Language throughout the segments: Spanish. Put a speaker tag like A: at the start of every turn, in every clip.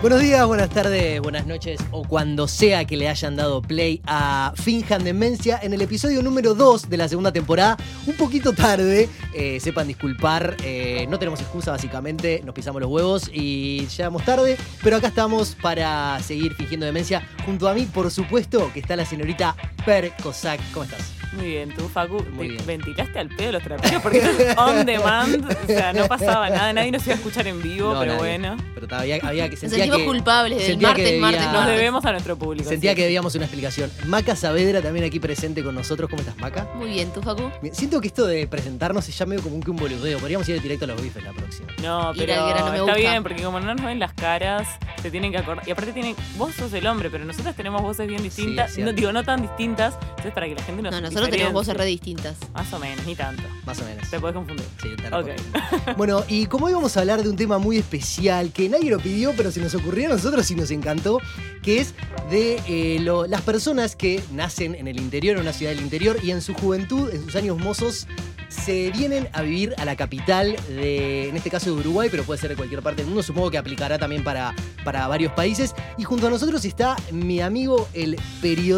A: Buenos días, buenas tardes, buenas noches o cuando sea que le hayan dado play a Finjan Demencia en el episodio número 2 de la segunda temporada. Un poquito tarde, eh, sepan disculpar, eh, no tenemos excusa básicamente, nos pisamos los huevos y llegamos tarde, pero acá estamos para seguir fingiendo demencia. Junto a mí, por supuesto, que está la señorita Per Cossack. ¿Cómo estás?
B: Muy bien, tú, Facu,
A: Muy
B: te
A: bien.
B: ventilaste al pedo los traperos porque esto es on demand, o sea, no pasaba nada, nadie nos iba a escuchar en vivo,
A: No,
B: pero
A: nadie.
B: bueno.
A: Pero ta- había, había que
C: Nos
A: sentía
C: sentimos
A: que-
C: culpables del
A: sentía que
C: martes,
A: debía-
C: martes,
A: Nos
B: Nos
A: Ah.
C: martes.
B: debemos a nuestro público.
A: Sentía
B: sí.
A: que debíamos una explicación. Maca Saavedra también aquí presente con nosotros. ¿Cómo estás, Maca?
C: Muy bien, ¿tú, Facu?
A: Bien, Siento que esto de presentarnos es ya medio como un que un boludeo. Podríamos ir directo a los bifes la próxima.
B: No,
C: Ir
B: pero
C: al grano me
B: está
C: gusta.
B: bien, porque como no nos ven las caras, se tienen que acordar. Y aparte tienen, vos sos el hombre, pero nosotras tenemos voces bien distintas,
A: es cierto.
B: no, digo, no tan distintas, entonces para que la gente nos
C: No, nosotros tenemos voces re
B: diferencie.
C: distintas.
B: Más o menos, ni tanto.
A: Más o menos.
B: Te podés confundir.
A: Sí, te
B: Ok.
A: recuerdo. Bueno, y como íbamos a hablar de un tema muy especial que nadie lo pidió, pero se nos ocurrió a nosotros y nos encantó, que es de eh, lo- las personas que nacen en el interior, en una ciudad del interior, y en su juventud, en sus años mozos, se vienen a vivir a la capital de, en este caso de Uruguay, pero puede ser de cualquier parte del mundo, supongo que aplicará también para, para varios países. Y junto a nosotros está mi amigo, el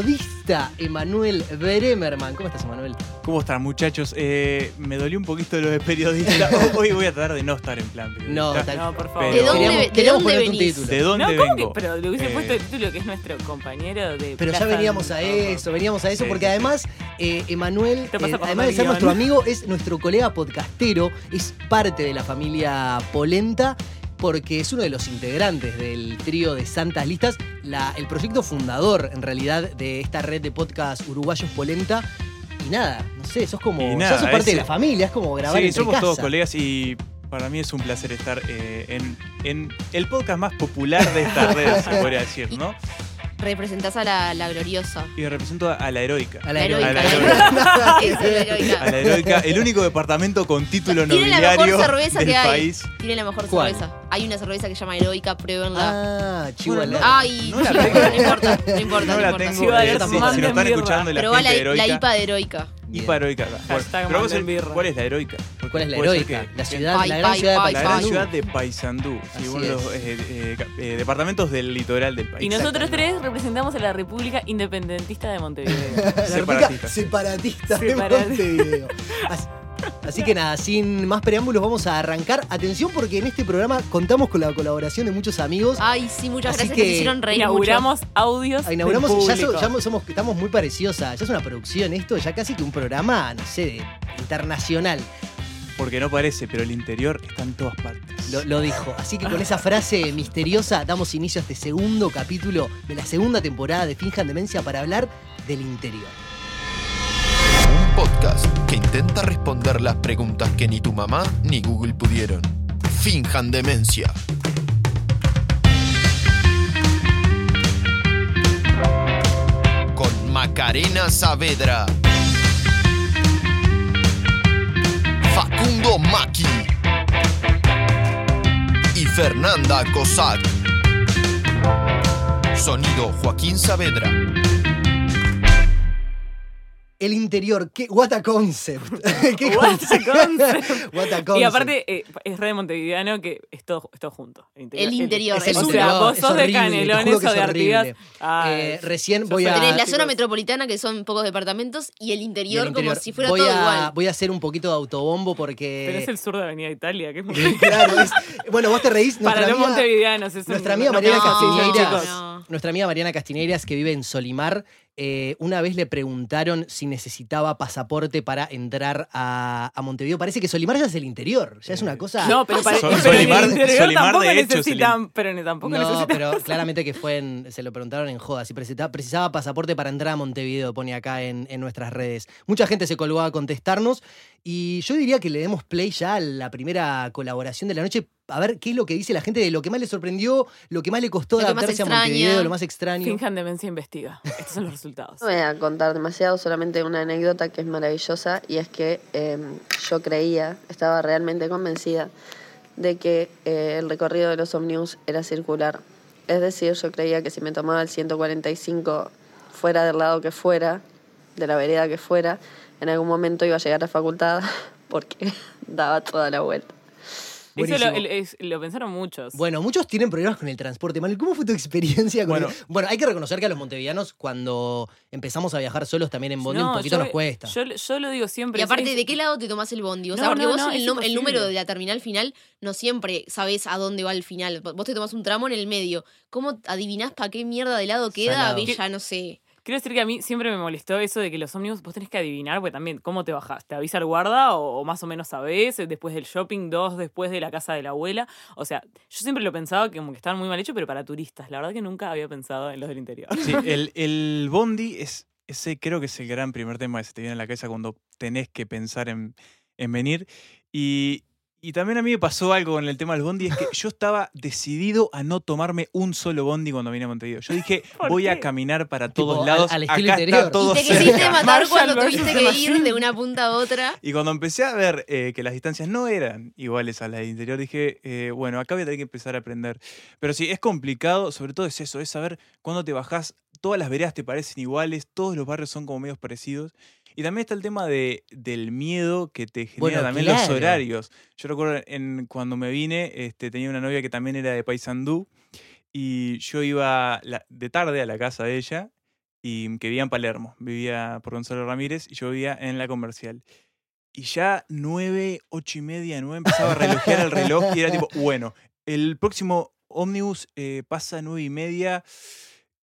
A: periodista Emanuel Bremerman. ¿Cómo estás, Emanuel?
D: ¿Cómo están, muchachos? Eh, me dolió un poquito lo de periodista. O- Hoy voy a tratar de no estar en plan periodista.
A: No, está-
B: No, por favor.
D: Pero-
C: ¿De dónde,
A: Queríamos-
C: de
A: queríamos
C: dónde
A: ponerte un
C: venís?
A: título.
D: ¿De dónde
B: no, ¿cómo
D: vengo?
B: que? Pero le hubiese
D: Eh,
B: puesto el título que es nuestro compañero de.
A: Pero ya
B: Plaza
A: veníamos a
B: Andorra.
A: eso, veníamos a eso,
D: Sí,
A: porque
D: sí, sí.
A: además eh, Emanuel,
B: Te pasa
A: eh,
B: por
A: además de
B: el
A: ser
B: guión.
A: nuestro amigo, es nuestro colega podcastero, es parte de la familia Polenta, porque es uno de los integrantes del trío de Santas Listas, la- el proyecto fundador en realidad de esta red de podcast uruguayos Polenta. Y nada, no sé, sos como.
D: Y
A: ya
D: nada,
A: sos parte
D: ese-
A: de la familia, es como grabar
D: Sí,
A: entre
D: somos
A: casa.
D: todos colegas y para mí es un placer estar eh, en, en el podcast más popular de esta red, se podría decir, ¿no?
C: Representás a la, la gloriosa.
D: Y represento a, a la heroica.
C: La
A: A la heroica.
C: heroica.
D: A la heroica.
C: Esa es Ah, eh, la heroica.
D: A la heroica, el único departamento con título
C: Tiene la mejor
D: nobiliario
C: cerveza
D: del
C: que hay.
D: país.
C: Tiene la mejor
A: ¿Cuál?
C: cerveza. Hay una cerveza que se llama heroica, pruébenla.
A: Ah, chihuahua.
D: Bueno,
C: Ay,
D: no la
C: chicos,
D: tengo.
C: no importa, no importa, no,
D: No la
C: importa.
D: tengo.
B: Sí, va a
D: eh,
A: haber
D: si- si,
A: manden
D: nos están
B: birra.
D: escuchando la
C: Probá
D: gente
C: la, la
D: heroica.
C: IPA de heroica.
A: Bien.
D: IPA heroica. Bueno,
B: Hashtag
D: pero vos
B: manden
D: en-
B: birra.
D: ¿Cuál es la heroica? Porque
A: ¿Cuál es la
D: puede ser
A: heroica?
D: que-
A: La
D: que-
A: ciudad,
C: Pai,
A: la gran
C: pai,
A: ciudad de
C: pai,
D: La gran
C: Paysandú.
D: ciudad de Paysandú,
A: Así
D: sí, uno de los
A: es.
D: eh, eh, ca- eh, departamentos del litoral del país.
B: Y nosotros
A: Exacto.
B: tres representamos a la República Independentista de Montevideo.
A: La República
D: Separatista.
A: separatista de
B: Separatista.
A: Montevideo. Así, así que nada, sin más preámbulos vamos a arrancar. Atención porque en este programa contamos con la colaboración de muchos amigos.
B: Ah,
C: Ay, sí, muchas
A: Así
C: gracias que,
A: que
C: te hicieron reír
B: Inauguramos audios. del
A: Ah, Inauguramos, ya, so-
B: público.
A: ya mo- somos, estamos muy parecidos a, ya es una producción esto, ya casi que un programa, no sé, de- internacional,
D: Porque no parece, pero el interior está en todas partes.
A: lo, lo dijo. Así que con esa frase misteriosa damos inicio a este segundo capítulo de la segunda temporada de Finjan Demencia para hablar del interior.
E: Un podcast que intenta responder las preguntas que ni tu mamá ni Google pudieron. Finjan demencia. Con Macarena Saavedra. Facundo Maki. Y Fernanda Cossack. Sonido Joaquín Saavedra.
A: El interior, qué, what a concept. qué
B: What a
A: What a
B: Y
A: concept.
B: aparte, eh, es re montevideano que es todo, es todo junto. El interior.
C: El interior, Es
A: Es el
B: o
C: un-
B: sea,
A: interior,
B: vos
A: es
B: sos de
A: horrible, te
B: Canelones
A: juro que
B: o
A: es
B: de
A: horrible.
B: Artigas. Ah,
A: Eh, recién
B: yo
A: voy
B: soy
A: a.
B: de
C: Tenés la
B: chicos.
C: zona metropolitana que son pocos departamentos y el
A: y el
C: Ah, interior,
A: interior.
C: como si fuera
A: voy
C: todo
A: a,
C: igual.
A: Voy a hacer un poquito de autobombo
B: pero es
A: porque.
B: el sur de Avenida Italia, que es muy-
A: claro, es- bueno, vos te reís.
B: Para
A: nuestra
B: los
A: amiga-
B: montevideanos es un-
A: Nuestra amiga
B: no
A: Mariana
B: piensen así,
A: Castiñeiras,
B: chicos.
C: no.
A: nuestra amiga Mariana Castiñeiras, que vive en Solimar, eh, una vez le preguntaron si necesitaba pasaporte para entrar a, a Montevideo. Parece que Solimar ya es el interior, ya es una cosa.
B: No, pero, para,
D: Sol-
B: pero en el
D: Solimar-
B: interior
D: Solimar,
B: tampoco
D: de hecho, es el
B: necesitan, pero ni- tampoco
A: No,
B: necesitan.
A: pero claramente que fue en, se lo preguntaron en joda, si precisa- precisaba pasaporte para entrar a Montevideo, pone acá en, en nuestras redes. Mucha gente se colgó a contestarnos y yo diría que le demos play ya a la primera colaboración de la noche, a ver qué es lo que dice la gente de lo que más le sorprendió, lo que más le costó
C: Lo que más
A: adaptarse a
C: extraña.
A: Montevideo, lo más extraño.
B: Finjan demencia investiga. Estos son los resultados.
F: No voy a contar demasiado, solamente una anécdota que es maravillosa y es que eh, yo creía, estaba realmente convencida de que eh, el recorrido de los ómnibus era circular. Es decir, yo creía que si me tomaba el 145 fuera del lado que fuera, de la vereda que fuera, en algún momento iba a llegar a facultad porque daba toda la vuelta.
B: Eso
A: Buenísimo.
B: lo, el- es- lo pensaron muchos.
A: Bueno, muchos tienen problemas con el transporte. Manuel, ¿cómo fue tu experiencia con
D: Bueno.
A: el- Bueno, hay que reconocer que a los montevideanos, cuando empezamos a viajar solos también en bondi,
B: No,
A: un poquito
B: yo-
A: nos cuesta.
B: Yo, yo lo digo siempre.
C: Y aparte,
B: es-
C: ¿de qué lado te tomás el bondi? O sea,
B: No,
C: porque
B: no,
C: vos
B: no,
C: el,
B: es
C: nom- el
B: imposible.
C: número de la terminal final no siempre sabés a dónde va el final. Vos te tomás un tramo en el medio. ¿Cómo adivinás para qué mierda de lado queda?
A: Salado.
C: Bella, no sé.
B: Quiero decir que a mí siempre me molestó eso de que los ómnibus vos tenés que adivinar, porque también, ¿cómo te bajás? ¿Te avisa el guarda o, o más o menos sabés? eh, Después del shopping, dos, después de la casa de la abuela. O sea, yo siempre lo pensaba que como que estaban muy mal hechos, pero para turistas. La verdad que nunca había pensado en los del interior.
D: Sí, el, el bondi es, ese creo que es el gran primer tema que se te viene a la cabeza cuando tenés que pensar en, en venir. Y, y también a mí me pasó algo con el tema del bondi, es que yo estaba decidido a no tomarme un solo bondi cuando vine a Montevideo. Yo dije,
B: ¿Por
D: voy a
B: qué?
D: caminar para
A: Tipo,
D: todos
A: al-
D: lados,
A: al
D: acá
A: estilo interior.
D: está todo
C: y te
D: cerca.
C: quisiste matar
B: Marshall
C: cuando
B: versus
C: tuviste
B: the
C: que
B: Machine.
C: ir de una punta a otra.
D: Y cuando empecé a ver eh, que las distancias no eran iguales a las del interior, dije, eh, bueno, acá voy a tener que empezar a aprender. Pero sí, es complicado, sobre todo es eso, es saber cuándo te bajás, todas las veredas te parecen iguales, todos los barrios son como medios parecidos. Y también está el tema de, del miedo que te genera
A: Bueno,
D: también los
A: claro.
D: horarios. Yo recuerdo en, cuando me vine, este, tenía una novia que también era de Paysandú y yo iba la- de tarde a la casa de ella y que vivía en Palermo, vivía por Gonzalo Ramírez y yo vivía en la comercial. Y ya nueve, ocho y media, nueve empezaba a relojear el reloj y era tipo, bueno, el próximo ómnibus eh, pasa a nueve y media,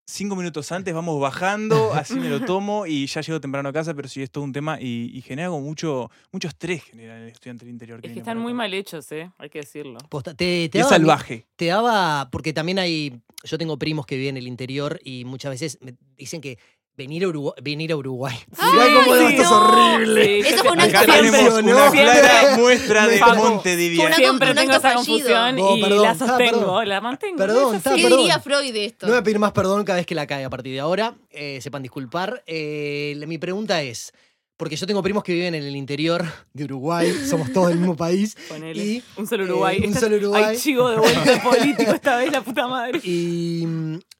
D: cinco minutos antes vamos bajando, así me lo tomo y ya llego temprano a casa, pero sí es todo un tema y, y genera como mucho, mucho estrés genera en el estudiante del interior.
B: Es que
D: viene
B: están
D: para
B: muy
D: acá.
B: mal hechos, ¿eh? Hay que decirlo.
A: Posta- te,
D: Y
A: te
D: es
A: daba-
D: salvaje.
A: Te daba, porque también hay, yo tengo primos que viven en el interior y muchas veces me dicen que venir a Uruguay, venir a Uruguay. Mirá cómo
B: sí,
A: esto es
B: no.
A: horrible.
B: Sí,
C: Eso
B: yo
C: fue una
B: siempre-
D: Acá tenemos
A: pero
D: una
A: no.
D: clara muestra de
B: Facu,
D: Montevideo.
C: acto-
B: Siempre
C: un
B: tengo
C: acto
B: esa
C: fallido.
B: confusión
A: Oh,
B: y
A: perdón,
B: la
A: ah,
B: sostengo,
A: perdón.
B: la mantengo.
A: Perdón,
B: es
D: Ah,
A: está,
B: así.
C: ¿Qué
A: perdón.
C: diría Freud de esto?
A: No voy a pedir más perdón cada vez que la cae a partir de ahora. eh, sepan disculpar. Eh, la- mi pregunta es, porque yo tengo primos que viven en el interior de Uruguay, somos todos del mismo país,
B: Ponele.
A: Y,
B: un solo
A: eh,
B: Uruguay.
A: un
B: Esta-
A: solo Uruguay.
B: Ay, chivo de vuelta político esta vez, la puta madre.
A: y,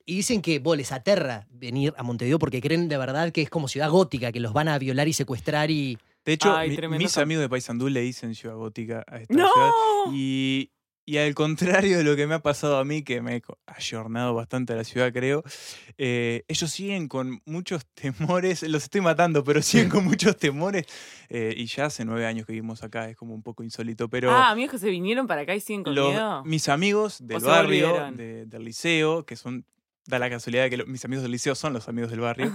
A: y dicen que vos les aterra venir a Montevideo porque creen de verdad que es como ciudad gótica, que los van a violar y secuestrar y...
D: De hecho,
B: Ay,
D: mi-
B: tremendo
D: mis
B: cam-
D: amigos de Paysandú le dicen ciudad gótica a esta
B: ¡No!
D: ciudad. Y, y al contrario de lo que me ha pasado a mí, que me he co- ayornado bastante a la ciudad, creo, eh, ellos siguen con muchos temores, los estoy matando, pero siguen con muchos temores. eh, y ya hace nueve años que vivimos acá, es como un poco insólito, pero...
B: ah, amigos que se vinieron para acá y siguen con
D: los-
B: miedo.
D: mis amigos del
B: se
D: barrio,
B: volvieron?
D: de- del liceo, que son. Da la casualidad de que lo- mis amigos del liceo son los amigos del barrio.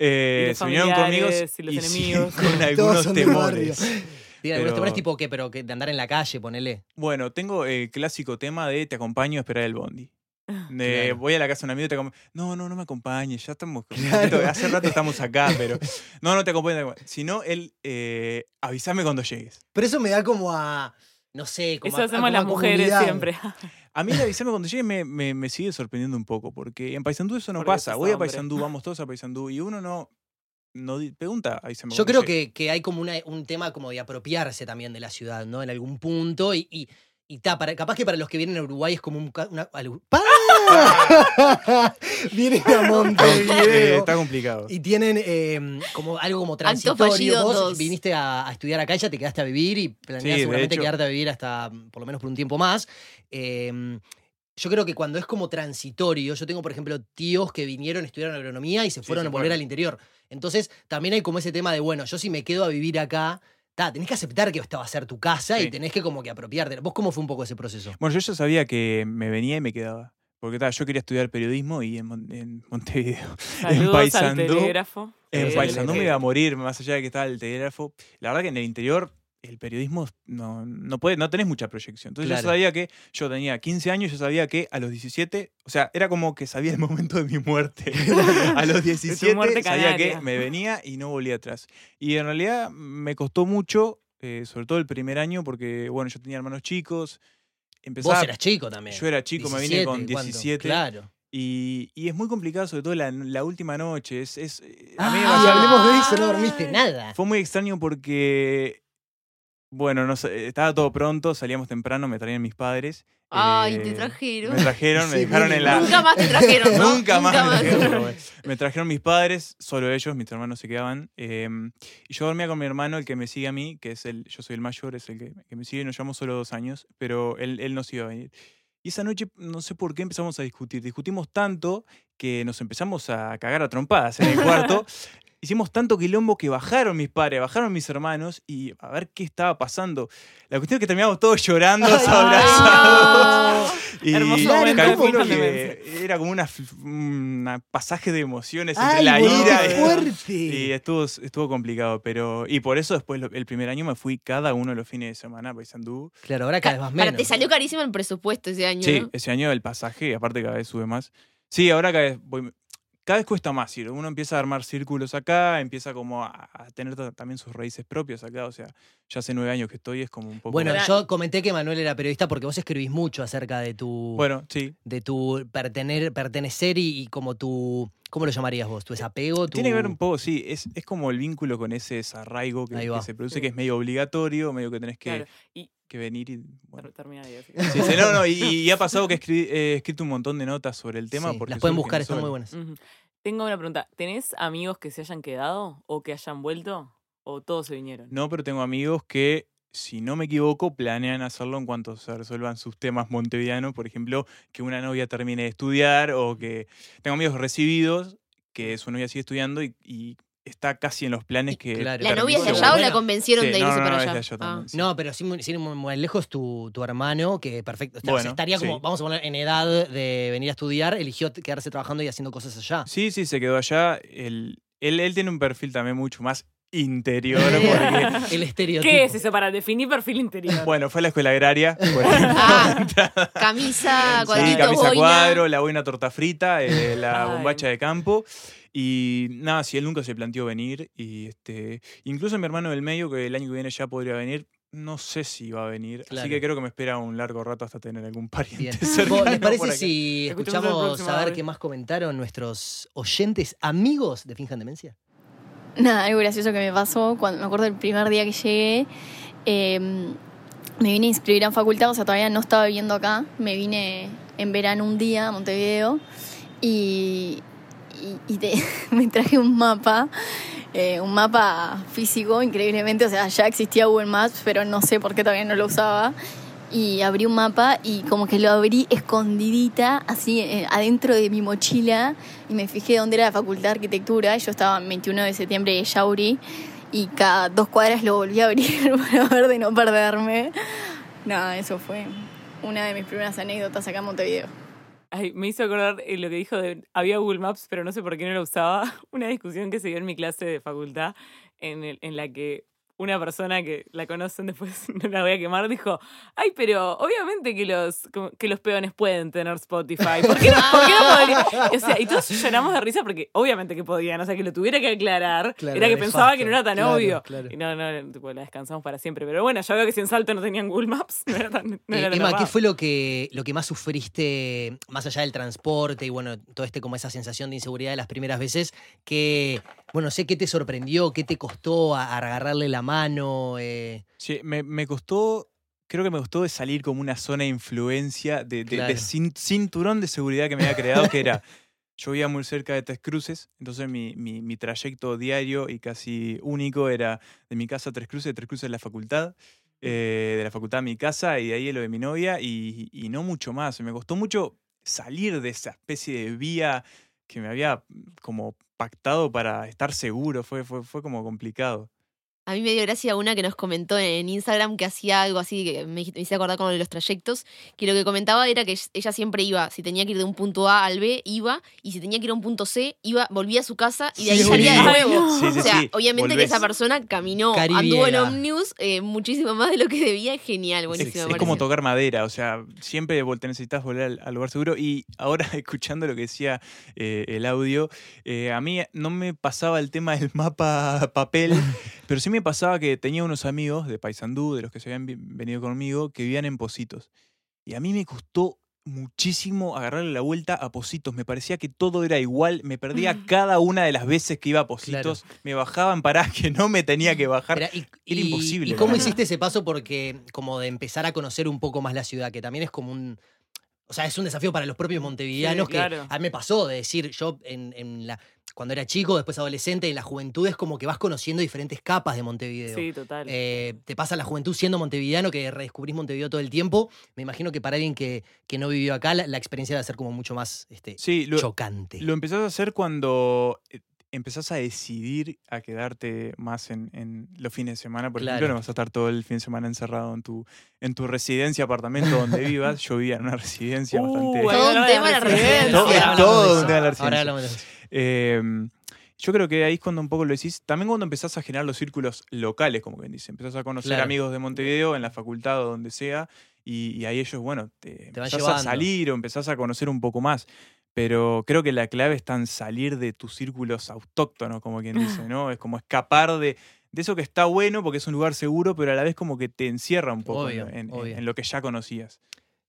D: eh,
B: Y los
D: se vinieron conmigo
B: familiares y los
D: sí,
B: enemigos.
D: con
A: Todos
D: algunos
A: son del barrio.
D: temores.
A: Tienen algunos
D: Pero-
A: temores tipo que, pero que de andar en la calle, ponele.
D: Bueno, tengo el clásico tema de te acompaño a esperar el bondi. De,
A: Ah, Claro.
D: Voy a la casa de un amigo y te acompaño. No, no, no me acompañes, ya estamos. con- Hace rato estamos acá, pero. No, no te acompaño. Si no, él. Eh, avísame cuando llegues.
A: Pero eso me da como a. No sé, como
B: Eso
A: a- a como
B: hacemos
A: a
B: las mujeres
A: comunidad.
B: siempre.
D: A mí el avisarme cuando llegue me, me- me sigue sorprendiendo un poco, porque en Paysandú eso no
B: Porque
D: pasa.
B: sos
D: Voy a
B: hombre.
D: Paysandú, vamos todos a Paysandú, y uno no, no di- pregunta, avísame
A: Yo
D: cuando
A: creo
D: llegue.
A: que, que hay como una- un tema como de apropiarse también de la ciudad, ¿no? En algún punto. Y, y, y ta, para, capaz que para los que vienen a Uruguay es como un. ca- Una, al- ¡Pa! vienen a
D: Eh,
A: Montevideo.
D: está complicado.
A: Y tienen eh, como algo como
C: Acto fallido
A: transitorio. Vos
C: dos.
A: viniste a, a estudiar acá y ya te quedaste a vivir y
D: Sí,
A: planeas
D: de
A: seguramente
D: hecho.
A: quedarte a vivir hasta mm, por lo menos por un tiempo más. Eh, yo creo que cuando es como transitorio, yo tengo, por ejemplo, tíos que vinieron, estudiaron agronomía y se fueron
D: se
A: a volver
D: fueron.
A: al interior. Entonces, también hay como ese tema de, bueno, yo si me quedo a vivir acá, ta, tenés que aceptar que esta va a ser tu casa y
D: Sí.
A: tenés que como que apropiarte. ¿Vos cómo fue un poco ese proceso?
D: Bueno, yo ya sabía que me venía y me quedaba. Porque ta, yo quería estudiar periodismo y en, Mon- en Montevideo.
B: Saludos al
D: Paysandú.
B: telégrafo.
D: En
B: Eh,
D: Paysandú
A: sí.
D: me iba a morir, más allá de que estaba el telégrafo. La verdad que en el interior el periodismo no, no puede, no tenés mucha proyección. Entonces yo
A: Claro.
D: sabía que yo tenía 15 años, yo sabía que a los 17, o sea, era como que sabía el momento de mi muerte. a los 17
B: muerte
D: sabía que
B: canaria.
D: me venía y no volví atrás. Y en realidad me costó mucho, eh, sobre todo el primer año, porque bueno, yo tenía hermanos chicos. Empezaba,
A: Vos eras chico también.
D: yo era chico, me vine
A: 17,
D: con
A: ¿cuánto?
D: 17.
A: Claro.
D: Y, y es muy complicado, sobre todo la, la última noche. Es, es, a mí me
A: Ah,
D: pasaba-
A: hablemos de eso, no dormiste nada.
D: fue muy extraño porque Bueno, no sé, estaba todo pronto, salíamos temprano, me traían mis padres.
C: Ay, te
D: eh,
C: trajeron.
D: Me trajeron, me
A: Sí,
D: dejaron en la.
C: Nunca más te trajeron, ¿no?
D: Nunca más me trajeron, pero bueno. Me trajeron mis padres, solo ellos, mis hermanos se quedaban. eh, y yo dormía con mi hermano, el que me sigue a mí, que es el, yo soy el mayor, es el que, que me sigue, nos llevamos solo dos años, pero él, él nos iba a venir. Y esa noche, no sé por qué empezamos a discutir. Discutimos tanto que nos empezamos a cagar a trompadas en el cuarto. Hicimos tanto quilombo que bajaron mis padres, bajaron mis hermanos y a ver qué estaba pasando. La cuestión es que terminamos todos llorando,
A: Ay,
D: abrazados. Y
B: Hermoso
A: momento,
D: calculo
B: ¿cómo no?
D: que era como una, f- un pasaje de emociones entre
A: Ay,
D: la
A: boludo,
D: ira
A: qué
D: y-
A: fuerte.
D: y estuvo, estuvo complicado, pero. Y por eso después lo- el primer año me fui cada uno de los fines de semana a Paysandú.
A: Claro, ahora cada vez más
C: Para,
A: menos.
C: te salió carísimo el presupuesto ese año,
D: Sí,
C: ¿no?
D: ese año el pasaje, aparte cada vez sube más. Sí, ahora cada vez voy- Cada vez cuesta más ir. Uno empieza a armar círculos acá, empieza como a, a tener ta- también sus raíces propias acá. O sea, ya hace nueve años que estoy, es como un poco.
A: Bueno,
C: Ahora-
A: yo comenté que Manuel era periodista porque vos escribís mucho acerca de tu
D: bueno, sí.
A: de tu pertener, pertenecer y, y como tu ¿cómo lo llamarías vos? ¿Tu desapego? Tu...
D: Tiene que ver un poco, sí, es, es como el vínculo con ese desarraigo que,
A: Ahí
D: que
A: va.
D: se produce, que es medio obligatorio, medio que tenés que,
B: Claro, y-
D: que venir y... bueno.
B: Ter- Termina ahí, así.
D: Sí, sí, no, no, y, y ha pasado que he escri- eh, he escrito un montón de notas sobre el tema.
A: Sí,
D: porque
A: las pueden
D: surgen
A: buscar, están
D: solas.
A: muy buenas.
B: Ujú. Tengo una pregunta. ¿Tenés amigos que se hayan quedado o que hayan vuelto? ¿O todos se vinieron?
D: No, pero tengo amigos que, si no me equivoco, planean hacerlo en cuanto se resuelvan sus temas montevianos. Por ejemplo, que una novia termine de estudiar o que... Tengo amigos recibidos que su novia sigue estudiando y... y está casi en los planes que...
A: Claro.
C: ¿La novia es de
A: Pero
C: allá o la
A: bueno,
C: convencieron
D: Sí,
C: de irse
D: no, no,
C: para
D: no, es
C: allá?
D: de allá
C: Ah.
D: también, sí.
A: No, pero sin, sin ir muy- muy lejos tu, tu hermano, que perfecto. o sea,
D: Bueno,
A: estaría como,
D: sí.
A: vamos a poner, en edad de venir a estudiar, eligió t- quedarse trabajando y haciendo cosas allá.
D: Sí, sí, se quedó allá. Él, él, él tiene un perfil también mucho más interior. porque-
A: El estereotipo.
B: ¿Qué es eso para definir perfil interior?
D: bueno, fue a la escuela agraria. por ejemplo.
C: Ah, camisa, cuadrito,
D: sí, camisa
C: boina.
D: cuadro, la buena torta frita, eh, la
B: Ay.
D: bombacha de campo. Y nada, si él nunca se planteó venir. Y este, incluso mi hermano del medio, que el año que viene ya podría venir, no sé si va a venir.
A: Claro.
D: Así que creo que me espera un largo rato hasta tener algún
A: Bien.
D: pariente.
A: Vos, ¿Les
D: cercano por
A: parece
D: acá.
A: si
B: Escuchemos el
A: escuchamos
B: próximo,
A: a ver
B: dale.
A: qué más comentaron nuestros oyentes amigos de Finjan Demencia?
G: Nada, algo gracioso que me pasó, cuando me acuerdo del primer día que llegué, eh, me vine a inscribir a facultad, o sea, todavía no estaba viviendo acá, me vine en verano un día a Montevideo y, y- y te- me traje un mapa, eh, un mapa físico, increíblemente, o sea, ya existía Google Maps, pero no sé por qué todavía no lo usaba. Y abrí un mapa y como que lo abrí escondidita, así eh, adentro de mi mochila, y me fijé dónde era la facultad de arquitectura. y Yo estaba en 21 de septiembre de Yauri y cada dos cuadras lo volví a abrir para ver de no perderme. Nada, eso fue una de mis primeras anécdotas acá en Montevideo.
B: Ay, me hizo acordar eh, lo que dijo de había Google Maps, pero no sé por qué no lo usaba. Una discusión que se dio en mi clase de facultad, en, el- en la que una persona que la conocen después, no la voy a quemar, dijo, ay, pero obviamente que los, como- que los peones pueden tener Spotify. ¿Por qué no, por qué no podrían?" O sea, y todos lloramos de risa porque obviamente que podían, o sea, que lo tuviera que aclarar.
A: Claro,
B: era que
A: de
B: pensaba
A: facto.
B: que no era tan
A: Claro,
B: obvio.
A: claro.
B: Y no, no, tipo, la descansamos para siempre. Pero bueno, ya veo que si en Salto no tenían Google Maps, no era tan... no
A: Eh,
B: era tan
A: Emma, ¿qué
B: errado.
A: fue lo que, lo que más sufriste, más allá del transporte y bueno, todo este como esa sensación de inseguridad de las primeras veces? Que, bueno, sé qué te sorprendió, qué te costó a- a agarrarle la mano. eh,
D: Sí, me, me costó, creo que me costó de salir como una zona de influencia, de, de- de
A: Claro.
D: cin- cinturón de seguridad que me había creado, que era, yo vivía muy cerca de Tres Cruces, entonces mi, mi- mi trayecto diario y casi único era de mi casa a Tres Cruces, de Tres Cruces a la facultad, eh, de la facultad a mi casa y de ahí a lo de mi novia y, y no mucho más. Me costó mucho salir de esa especie de vía que me había mm, como pactado para estar seguro, fue, fue, fue como complicado.
C: A mí me dio gracia una que nos comentó en Instagram que hacía algo así, que me, me hice acordar con lo de los trayectos, que lo que comentaba era que ella siempre iba, si tenía que ir de un punto A al B, iba, y si tenía que ir a un punto C, iba, volvía a su casa y de ahí
A: Sí,
C: salía de
B: boludo.
C: nuevo.
D: Sí, sí,
C: o sea,
D: sí,
C: obviamente
D: volvés.
C: que esa persona caminó,
A: Caribiera.
C: anduvo en ómnibus eh, muchísimo más de lo que debía, genial,
D: Es-
C: buenísimo.
D: Es,
C: me
D: como
C: pareció.
D: tocar madera, o sea, siempre vol- te necesitas volver al, al lugar seguro. Y ahora, escuchando lo que decía eh, el audio, eh, a mí no me pasaba el tema del mapa papel, pero sí me pasaba que tenía unos amigos de Paysandú, de los que se habían vi- venido conmigo, que vivían en Positos. Y a mí me costó muchísimo agarrarle la vuelta a Positos. Me parecía que todo era igual. Me
C: Mm.
D: perdía cada una de las veces que iba a Positos. Me bajaban para que no me tenía que bajar.
A: Era, y,
D: Era
A: y-
D: imposible
A: ¿Y cómo
D: para mí.
A: hiciste ese paso? Porque como de empezar a conocer un poco más la ciudad, que también es como un... O sea, es un desafío para los propios montevideanos
B: Sí, claro.
A: que a mí me pasó de decir, yo en, en la, cuando era chico, después adolescente, en la juventud es como que vas conociendo diferentes capas de Montevideo.
B: Sí, total.
A: Eh, te pasa la juventud siendo montevideano, que redescubrís Montevideo todo el tiempo. Me imagino que para alguien que, que no vivió acá, la, la experiencia debe ser como mucho más este,
D: Sí, lo,
A: chocante.
D: Lo empezás a hacer cuando eh, empezás a decidir a quedarte más en, en los fines de semana. Por
A: Claro.
D: ejemplo, no vas a estar todo el fin de semana encerrado en tu, en tu residencia, apartamento donde vivas. Yo vivía en una residencia
B: Uh,
D: bastante.
B: ahí
C: Todo un
B: hablaba de
C: tema la
B: residencia.
D: Todo-
A: Ahora hablamos
D: todo
A: de eso.
D: un tema de la
A: Ahora
D: residencia.
A: hablamos de eso.
D: Eh, yo creo que ahí es cuando un poco lo decís. También cuando empezás a generar los círculos locales, como quien dice. Empezás a conocer
A: Claro.
D: amigos de Montevideo, en la facultad o donde sea. Y, y ahí ellos, bueno, te,
A: Te van
D: empezás
A: llevando.
D: a salir o empezás a conocer un poco más. Pero creo que la clave está en salir de tus círculos autóctonos, como quien dice, ¿no? Es como escapar de, de eso que está bueno porque es un lugar seguro, pero a la vez como que te encierra un poco
A: Obvio,
D: en- en, en-
A: obvio.
D: en lo que ya conocías.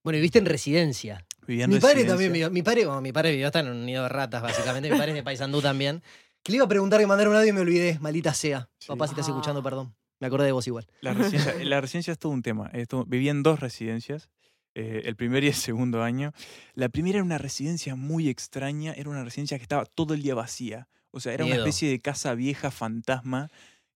A: Bueno, y viste en residencia.
D: Viviendo
A: Mi padre
D: residencia.
A: también vivió. Mi padre, bueno, mi padre vivió hasta en un nido de ratas, básicamente. Mi padre es de Paysandú también. Que le iba a preguntar que mandara un audio y me olvidé. Maldita sea.
D: Sí.
A: Papá, si estás
B: Ah.
A: escuchando, perdón. Me acordé de vos igual.
D: La residencia, la residencia es todo un tema. Es todo- viví en dos residencias, eh, el primer y el segundo año. La primera era una residencia muy extraña, era una residencia que estaba todo el día vacía. O sea, era
A: Miedo.
D: una especie de casa vieja fantasma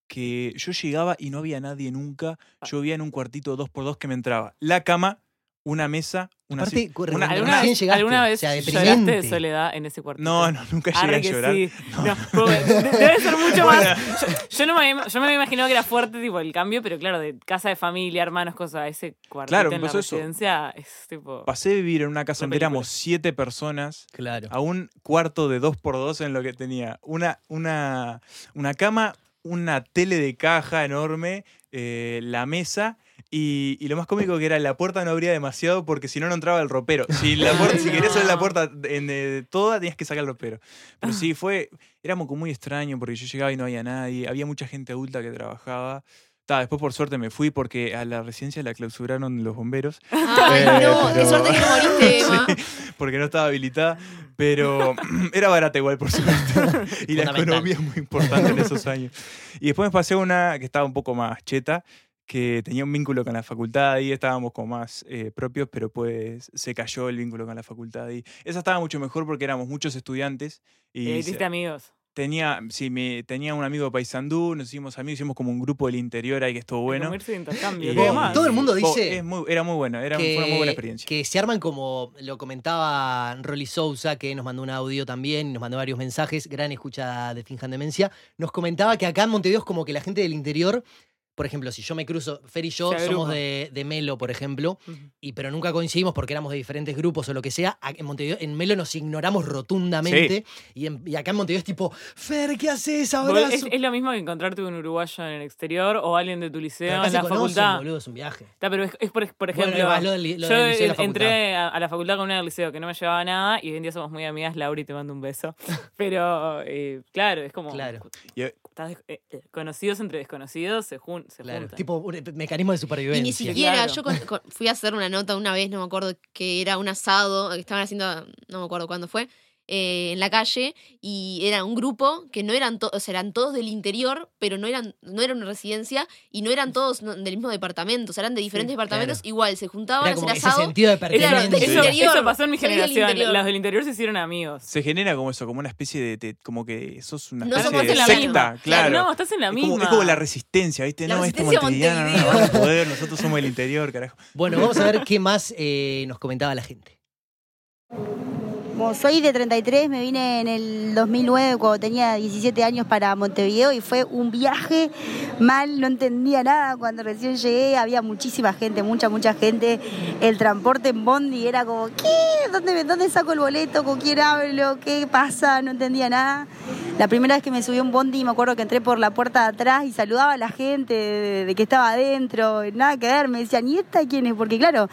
D: que yo llegaba y no había nadie nunca.
B: Ah.
D: Yo vivía en un cuartito dos por dos que me entraba. La cama, una mesa, una
A: Aparte,
D: si-
A: corre-
D: una- una-
B: ¿Alguna,
A: ¿Alguna recién
B: vez,
A: llegaste,
B: ¿Alguna
A: o
B: vez
A: sea,
B: lloraste de
A: deprimente.
B: soledad en ese cuartito?
D: No, no, nunca llegué
B: Arre
D: a
B: que
D: llorar.
B: sí.
D: No.
B: No, como- debe ser mucho más. Yo, yo no me, yo me había imaginado que era fuerte tipo el cambio, pero claro, de casa de familia, hermanos, cosas, ese cuartito
D: Claro,
B: en la
D: empezó eso.
B: residencia es tipo. eh,
D: Pasé de vivir en una casa
B: Una
D: donde éramos
B: película.
D: siete personas
A: Claro.
D: a un cuarto de 2x2 en lo que tenía una, una, una cama, una tele de caja enorme, eh, la mesa. Y, y lo más cómico que era la puerta no abría demasiado porque si no, no entraba el ropero. Si, la puerta, si querías abrir la puerta en, eh, toda, tenías que sacar el ropero. Pero sí, fue. Éramos como muy extraño porque yo llegaba y no había nadie. Había mucha gente adulta que trabajaba. Ta, después, por suerte, me fui porque a la residencia la clausuraron los bomberos
C: Ay,
D: Eh,
C: no, qué
D: pero-
C: suerte que no moriste, Emma.
D: porque no estaba habilitada, pero era barata igual, por supuesto. y la
A: Fundamental.
D: economía es muy importante en esos años. Y después me pasé a una que estaba un poco más cheta, que tenía un vínculo con la facultad y estábamos como más eh, propios, pero pues se cayó el vínculo con la facultad. Y esa estaba mucho mejor porque éramos muchos estudiantes.
B: eh,
D: Y se-
B: hiciste amigos.
D: tenía, sí, me, tenía un amigo de Paysandú, nos hicimos amigos, hicimos como un grupo del interior ahí que estuvo bueno.
B: Como irse de intercambio,
D: Y-
B: ¿no?
A: Como
B: Más.
A: todo el mundo
D: Oh,
A: dice
D: es muy- era muy bueno, era,
A: que,
D: fue una muy buena experiencia.
A: que se arman como lo comentaba Rolly Sousa, que nos mandó un audio también, y nos mandó varios mensajes, gran escucha de Finjan Demencia. Nos comentaba que acá en Montevideo es como que la gente del interior, por ejemplo, si yo me cruzo, Fer y yo
B: Se agrupa.
A: somos de, de Melo, por ejemplo,
B: Ujú.
A: y pero nunca coincidimos porque éramos de diferentes grupos o lo que sea. a- En Montevideo, en Melo nos ignoramos rotundamente. Y, en- y acá en Montevideo es tipo, Fer, ¿qué haces?
B: Boludo,
A: Abrazo.
B: Es, es lo mismo que encontrarte un uruguayo en el exterior o alguien de tu
A: Pero
B: liceo
A: acá
B: en
A: se
B: la
A: conocen,
B: facultad.
A: boludo, es un viaje.
B: Está, pero es, es por, por
A: Bueno,
B: ejemplo.
A: ahí va, lo del- lo
B: yo
A: del liceo y la
B: en-
A: facultad.
B: entré a, a la facultad con una del liceo que no me llevaba nada y hoy en día somos muy amigas. Laura, y te mando un beso. Pero, eh, claro, es como.
A: Claro.
D: Y-
B: estás des- eh, eh, conocidos entre desconocidos se, jun- se
A: Claro.
B: juntan.
A: Tipo, un eh, mecanismo de
C: Y
A: supervivencia.
C: ni siquiera,
B: Claro.
C: yo con- con- fui a hacer una nota una vez, no me acuerdo, que era un asado, que estaban haciendo, no me acuerdo cuándo fue, eh, en la calle, y era un grupo que no eran todos, eran todos del interior, pero no eran no era una residencia, y no eran todos no- del mismo departamento, o sea, eran de diferentes departamentos,
A: claro.
C: igual, se juntaban a
A: Era
C: hacer
A: como ese
C: asado.
A: sentido de
B: Claro,
A: pertenencia.
C: Claro, del
B: eso,
C: interior.
B: eso pasó en mi
C: Soy del
B: generación.
C: interior.
B: Los del interior se hicieron amigos.
D: Se genera como eso, como una especie de. te- como que sos una
C: No
D: especie
C: somos
D: de
C: en la
D: secta,
C: misma.
D: claro.
B: No, estás en la
D: es,
B: misma.
D: como, es como la resistencia, ¿viste?
C: La
D: no, este
C: resistencia
D: montevideano no nos va a
C: Montevideo.
D: poder, nosotros somos el interior, carajo.
A: Bueno, vamos a ver qué más eh, nos comentaba la gente.
H: Como soy de 33, me vine en el 2009 cuando tenía 17 años para Montevideo y fue un viaje mal, no entendía nada. Cuando recién llegué había muchísima gente, mucha, mucha gente. El transporte en Bondi era como, ¿qué? ¿Dónde, me- dónde saco el boleto? ¿Con quién hablo? ¿Qué pasa? No entendía nada. La primera vez que me subí a un Bondi me acuerdo que entré por la puerta de atrás y saludaba a la gente de, de que estaba adentro, nada que ver, me decían, ¿y esta quién es? Porque claro,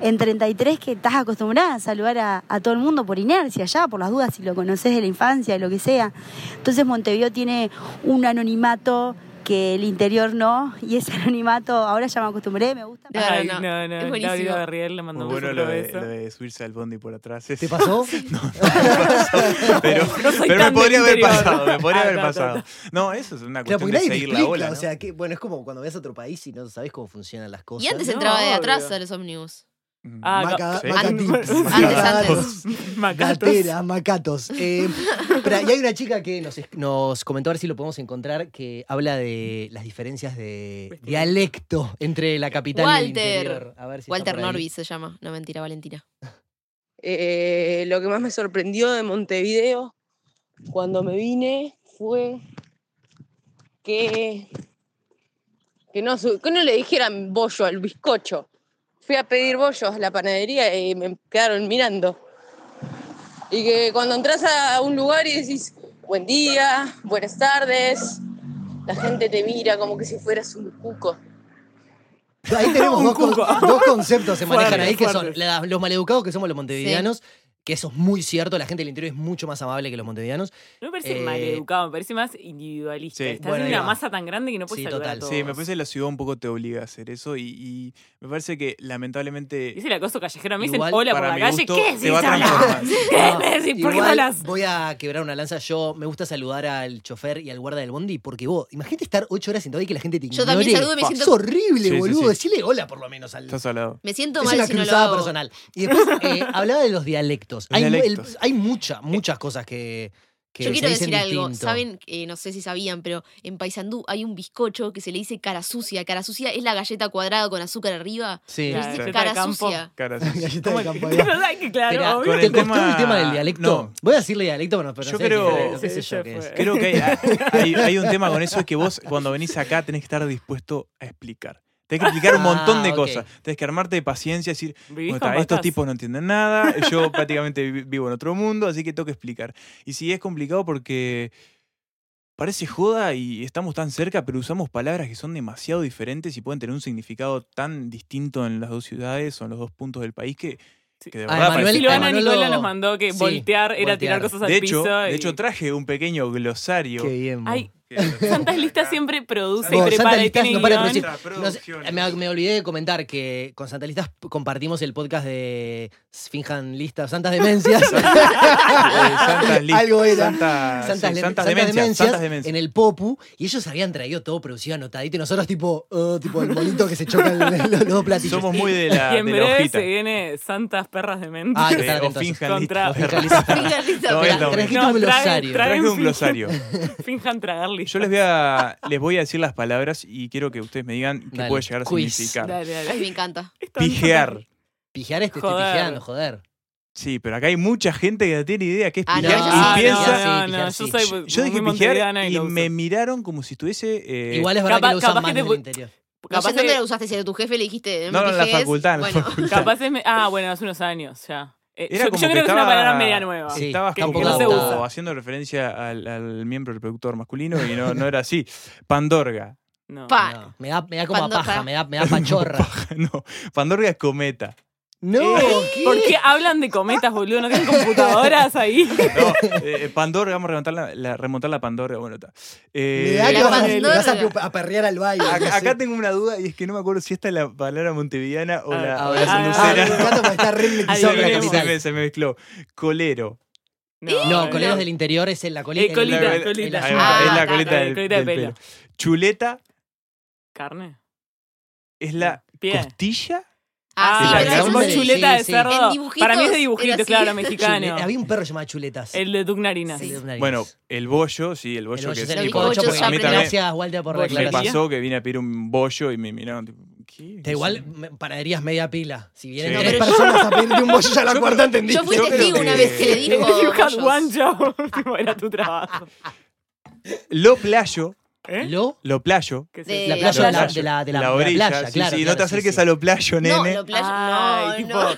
H: en 33 que estás acostumbrada a saludar a, a todo el mundo por inercia ya, por las dudas, si lo conoces de la infancia, de lo que sea. Entonces Montevideo tiene un anonimato que el interior no, y ese anonimato ahora ya me acostumbré, me gusta.
C: No,
B: Ay,
C: no,
B: no,
C: no,
B: no,
C: es
B: no,
C: buenísimo.
B: David Barriel le mandó
D: Muy
B: un
D: bueno
B: beso
D: lo de,
B: por
D: lo
B: eso.
D: de subirse al bondi por atrás. es-
A: ¿Te pasó?
D: Pero,
B: No soy
D: pero me
B: tan del
D: podría haber
B: interior.
D: pasado, me podría
B: Ah,
D: haber
B: ta, ta, ta.
D: pasado. No, eso es una
A: Claro,
D: cuestión de
A: porque nadie te
D: seguir la
A: explica,
D: ola.
A: o
D: ¿no?
A: sea, que, bueno, es como cuando vas a otro país y no sabes cómo funcionan las cosas.
C: Y antes
B: No,
C: entraba de atrás
B: obvio.
C: a los ómnibus.
D: Mm.
B: Ah,
A: Maca-
D: Sí.
A: macatips,
B: Antes,
A: macatos,
B: Macatos.
A: gateras, macatos. Eh, espera, y hay una chica que nos, es- nos comentó, a ver si lo podemos encontrar, que habla de las diferencias de dialecto entre la capital y el
C: Walter.
A: interior. A ver si está
C: Walter
A: por ahí.
C: Norby se llama. No, mentira, Valentina.
I: Eh, lo que más me sorprendió de Montevideo cuando me vine fue que, que, no, su- que no le dijeran bollo al bizcocho. Fui a pedir bollos a la panadería y me quedaron mirando. Y que cuando entras a un lugar y decís buen día, buenas tardes, la gente te mira como que si fueras un cuco.
A: Ahí tenemos
B: Un
A: dos, con-
B: cuco.
A: dos conceptos se manejan
B: Fuerte,
A: ahí, que son
B: fuerte.
A: la- los maleducados que somos los montevideanos, que eso es muy cierto, la gente del interior es mucho más amable que los montevideanos.
B: No me parece
A: Eh,
B: maleducado, me parece más individualista.
D: Sí.
B: Estás
A: Bueno,
B: en
A: ahí
B: una
A: va.
B: masa tan grande que no puedes
A: Sí,
B: saludar
A: total.
B: a todos.
D: Sí, me parece que la ciudad un poco te obliga a hacer eso y, y me parece que lamentablemente...
B: Es el acoso callejero. Me
A: Igual,
B: dicen hola por
D: para
B: la
D: mi
B: calle.
D: gusto,
B: ¿Qué
D: te
B: decís
D: va a
B: ahora?
D: transformar.
B: ¿Qué
A: No,
B: me decís? ¿Por qué
A: igual
B: no hablas?
A: Voy a quebrar una lanza. Yo me gusta saludar al chofer y al guarda del bondi porque vos, imagínate estar ocho horas sentado ahí que la gente te
C: Yo
A: ignore.
C: también saludo y me
A: Fa,
C: siento-
A: Es horrible,
D: Sí, sí,
A: boludo.
D: sí.
A: Decirle hola por lo menos al.
D: Estás al lado.
C: Me siento
A: Es
C: mal
A: una
C: si no lo
A: cruzada
C: hago.
A: personal. Y después eh, hablaba de los dialectos.
D: Los
A: hay, mu- el-
D: dialectos.
A: hay muchas, muchas cosas que. que
C: Yo
A: se
C: quiero
A: dicen
C: decir algo,
A: distinto.
C: saben, Eh, no sé si sabían, pero en Paysandú hay un bizcocho que se le dice cara sucia. Cara sucia es la galleta cuadrada con azúcar arriba.
A: Sí.
B: La
C: Se dice
D: galleta de
C: cara
B: campo.
C: sucia.
D: Cara, sí.
A: Galleta
B: ¿Cómo
A: de
B: es que-
A: campo, ahí va.
B: No sabes que claro,
A: Esperá,
B: obvio.
D: Con
A: ¿Te
D: el
A: costó
D: tema-
A: el tema del dialecto?
D: no.
A: Voy a decirle dialecto, pero no, pero
D: Yo
A: no sé
D: creo-
A: si dialecto, qué sé
B: Sí,
A: yo
B: ya
A: qué es.
B: fue.
D: Creo que hay, hay- hay un tema con eso, es que vos cuando venís acá tenés que estar dispuesto a explicar. Tenés que explicar un montón de
A: Ah, ok.
D: cosas. Tenés que armarte de paciencia y decir,
B: Vivís
D: "Bueno,
B: con
D: está, estos
B: patas.
D: tipos no entienden nada, yo prácticamente vi- vivo en otro mundo, así que tengo que explicar. Y sí, es complicado porque parece joda y estamos tan cerca, pero usamos palabras que son demasiado diferentes y pueden tener un significado tan distinto en las dos ciudades o en los dos puntos del país que,
B: Sí.
D: que de
A: Ah,
D: verdad
A: Manuel-
D: parece-
B: Sí, Luana
A: a Manolo-
B: Nicola nos mandó que
A: sí,
B: voltear era
A: voltear.
B: tirar cosas al
D: De
B: piso.
D: hecho, de
B: y-
D: hecho, traje un pequeño glosario.
A: Qué bien. vos.
B: Ay,
D: que-
B: Santas Listas siempre produce y
A: Vos,
B: prepara y
A: Listas
B: tiene
A: no para de
B: guión.
A: producir.
D: guión.
A: No sé, me, me olvidé de comentar que con Santa Listas p- compartimos el podcast de Finjan Listas, Santas Demencias.
D: Eh, Santas Listas.
A: Algo era.
D: Santa- sí,
A: Santas,
D: Santas,
A: le-
D: demencias, Santas demencias.
A: en el Popu y ellos habían traído todo producido anotadito y nosotros tipo eh, tipo el bolito que se chocan los, los dos platillos.
D: Somos muy de la,
B: Y en
D: de la
B: breve
D: hojita.
B: se viene Santas Perras de Mente.
A: Ah, hay que
D: Eh,
A: estar
D: o
A: atentos.
D: finjan
B: Contra-
D: listas.
C: Finjan listas.
D: No, es lo
A: Trajiste
D: mismo.
A: un
B: No,
A: glosario.
B: traen- traen-
D: Traje un glosario.
B: Finjan tragar listas.
D: Yo les voy a, les voy a decir las palabras y quiero que ustedes me digan qué
A: Dale,
D: puede llegar a
A: quiz.
D: significar.
B: Dale, dale.
C: Ay, me encanta.
B: Esto no-
D: Pijear.
A: Pijear este, estoy
B: Joder.
A: pijeando, joder.
D: Sí, pero acá hay mucha gente que no tiene idea qué es
C: Ah, no,
D: pijear
C: yo
B: Ah,
D: y
B: no,
D: piensa.
B: no, no,
A: Sí, pijear,
B: yo
A: sí.
B: soy
D: Yo, yo dije
B: muy
D: pijear
B: montevideana
D: y
B: lo uso.
D: me miraron como si estuviese. eh,
A: Igual es verdad
B: capaz-
A: que lo usan
B: capaz
A: más
B: que te
A: en el
B: pu-
A: interior.
C: No sé
B: Capaz
C: dónde
B: es-
C: la usaste, si a tu jefe le dijiste.
D: No, no, en la
C: pijes".
D: facultad, en la
C: Bueno,
D: facultad.
B: Capaz es. me- Ah, bueno, hace unos años ya. Eh,
D: Era
B: yo
D: como
B: yo
D: que
B: creo que es una
D: estaba-
B: palabra media nueva.
A: Sí,
D: Estabas
B: que
D: como
B: tampoco se usa.
D: haciendo referencia al, al miembro reproductor masculino y no, no era así. Pandorga.
B: No.
C: Pa.
A: No, me, da, me da como a
C: Pandoja.
A: paja, me da, me da pachorra.
D: No, Pandorga es cometa.
A: no, ¿qué?
B: ¿Por qué hablan de cometas, boludo? ¿No tienen computadoras ahí?
D: No, eh, Pandorga, vamos a remontar la, la- remontar la Pandorga. Bueno, está. Eh,
A: Me da que
C: la
A: vas, a- vas a,
C: pandorga.
A: a perrear al baile.
D: acá,
A: no sé.
D: acá tengo una duda y es que no me acuerdo si esta es la palabra montevideana o
B: A ver,
D: la,
A: A
D: o
A: ver,
D: la
B: Ah,
A: ah, me
D: sanducera.
A: encanta porque está re mimetizado con la
B: Adivinemos.
D: se,
A: capital.
D: me, se me mezcló. Colero.
A: No, coleros del interior es en la colita.
B: Eh, colita,
A: en la- en la-
B: colita.
D: Ahí va,
C: Ah,
D: es la
C: claro,
D: coleta,
B: la
D: del,
B: coleta de
D: del
B: pelo.
D: pelo. Chuleta
B: ¿Carne?
D: es la
B: Pie.
D: costilla.
C: Ah,
B: Ah,
A: sí,
B: pero
A: la
B: es
A: gamba
B: como
A: de-
B: chuleta
A: sí,
B: de
A: sí.
B: cerdo.
C: En dibujitos
B: Para mí es de
C: era así.
B: dibujito, claro,
A: Chuleta.
B: mexicano.
A: Había un perro llamado Chuletas.
B: El de Duke Narinas.
C: Sí.
D: Bueno, el bollo, sí, el bollo
A: el bollo
D: que
A: es
D: es
A: el
C: Los
A: bizcocho,
C: bizcochos
A: porque
C: ya
A: a mí
C: aprendí.
A: también. Gracias, Walter, por
B: Bollo.
A: la
D: Me
B: Claro, sí.
A: aclaración.
D: pasó que vine a pedir un bollo y me miraron tipo, ¿qué?
A: Da igual, me- panaderías media pila. Si vienen
D: Sí.
C: No,
A: tres
C: pero yo-
A: personas a pedirte un bollo, ya la cuarta entendí.
C: Yo fui
D: Yo creo
C: testigo
D: que-
C: una vez que le dijo.
B: You had one
C: bollos.
B: job. Tipo, Era tu trabajo.
D: Lo playo,
B: ¿Eh?
A: Lo,
D: lo playo.
B: ¿Qué es
C: De-
B: eso?
A: la
C: Eh,
A: playa,
D: lo
A: de la,
D: playo.
A: de la, de la,
D: la
A: de la
D: orilla,
A: playa,
D: sí, sí,
A: claro.
D: no
A: claro,
D: te
A: sí,
D: acerques
A: sí.
D: a lo
C: No,
D: playo, nene.
C: lo playa.
B: Ay,
C: no, no.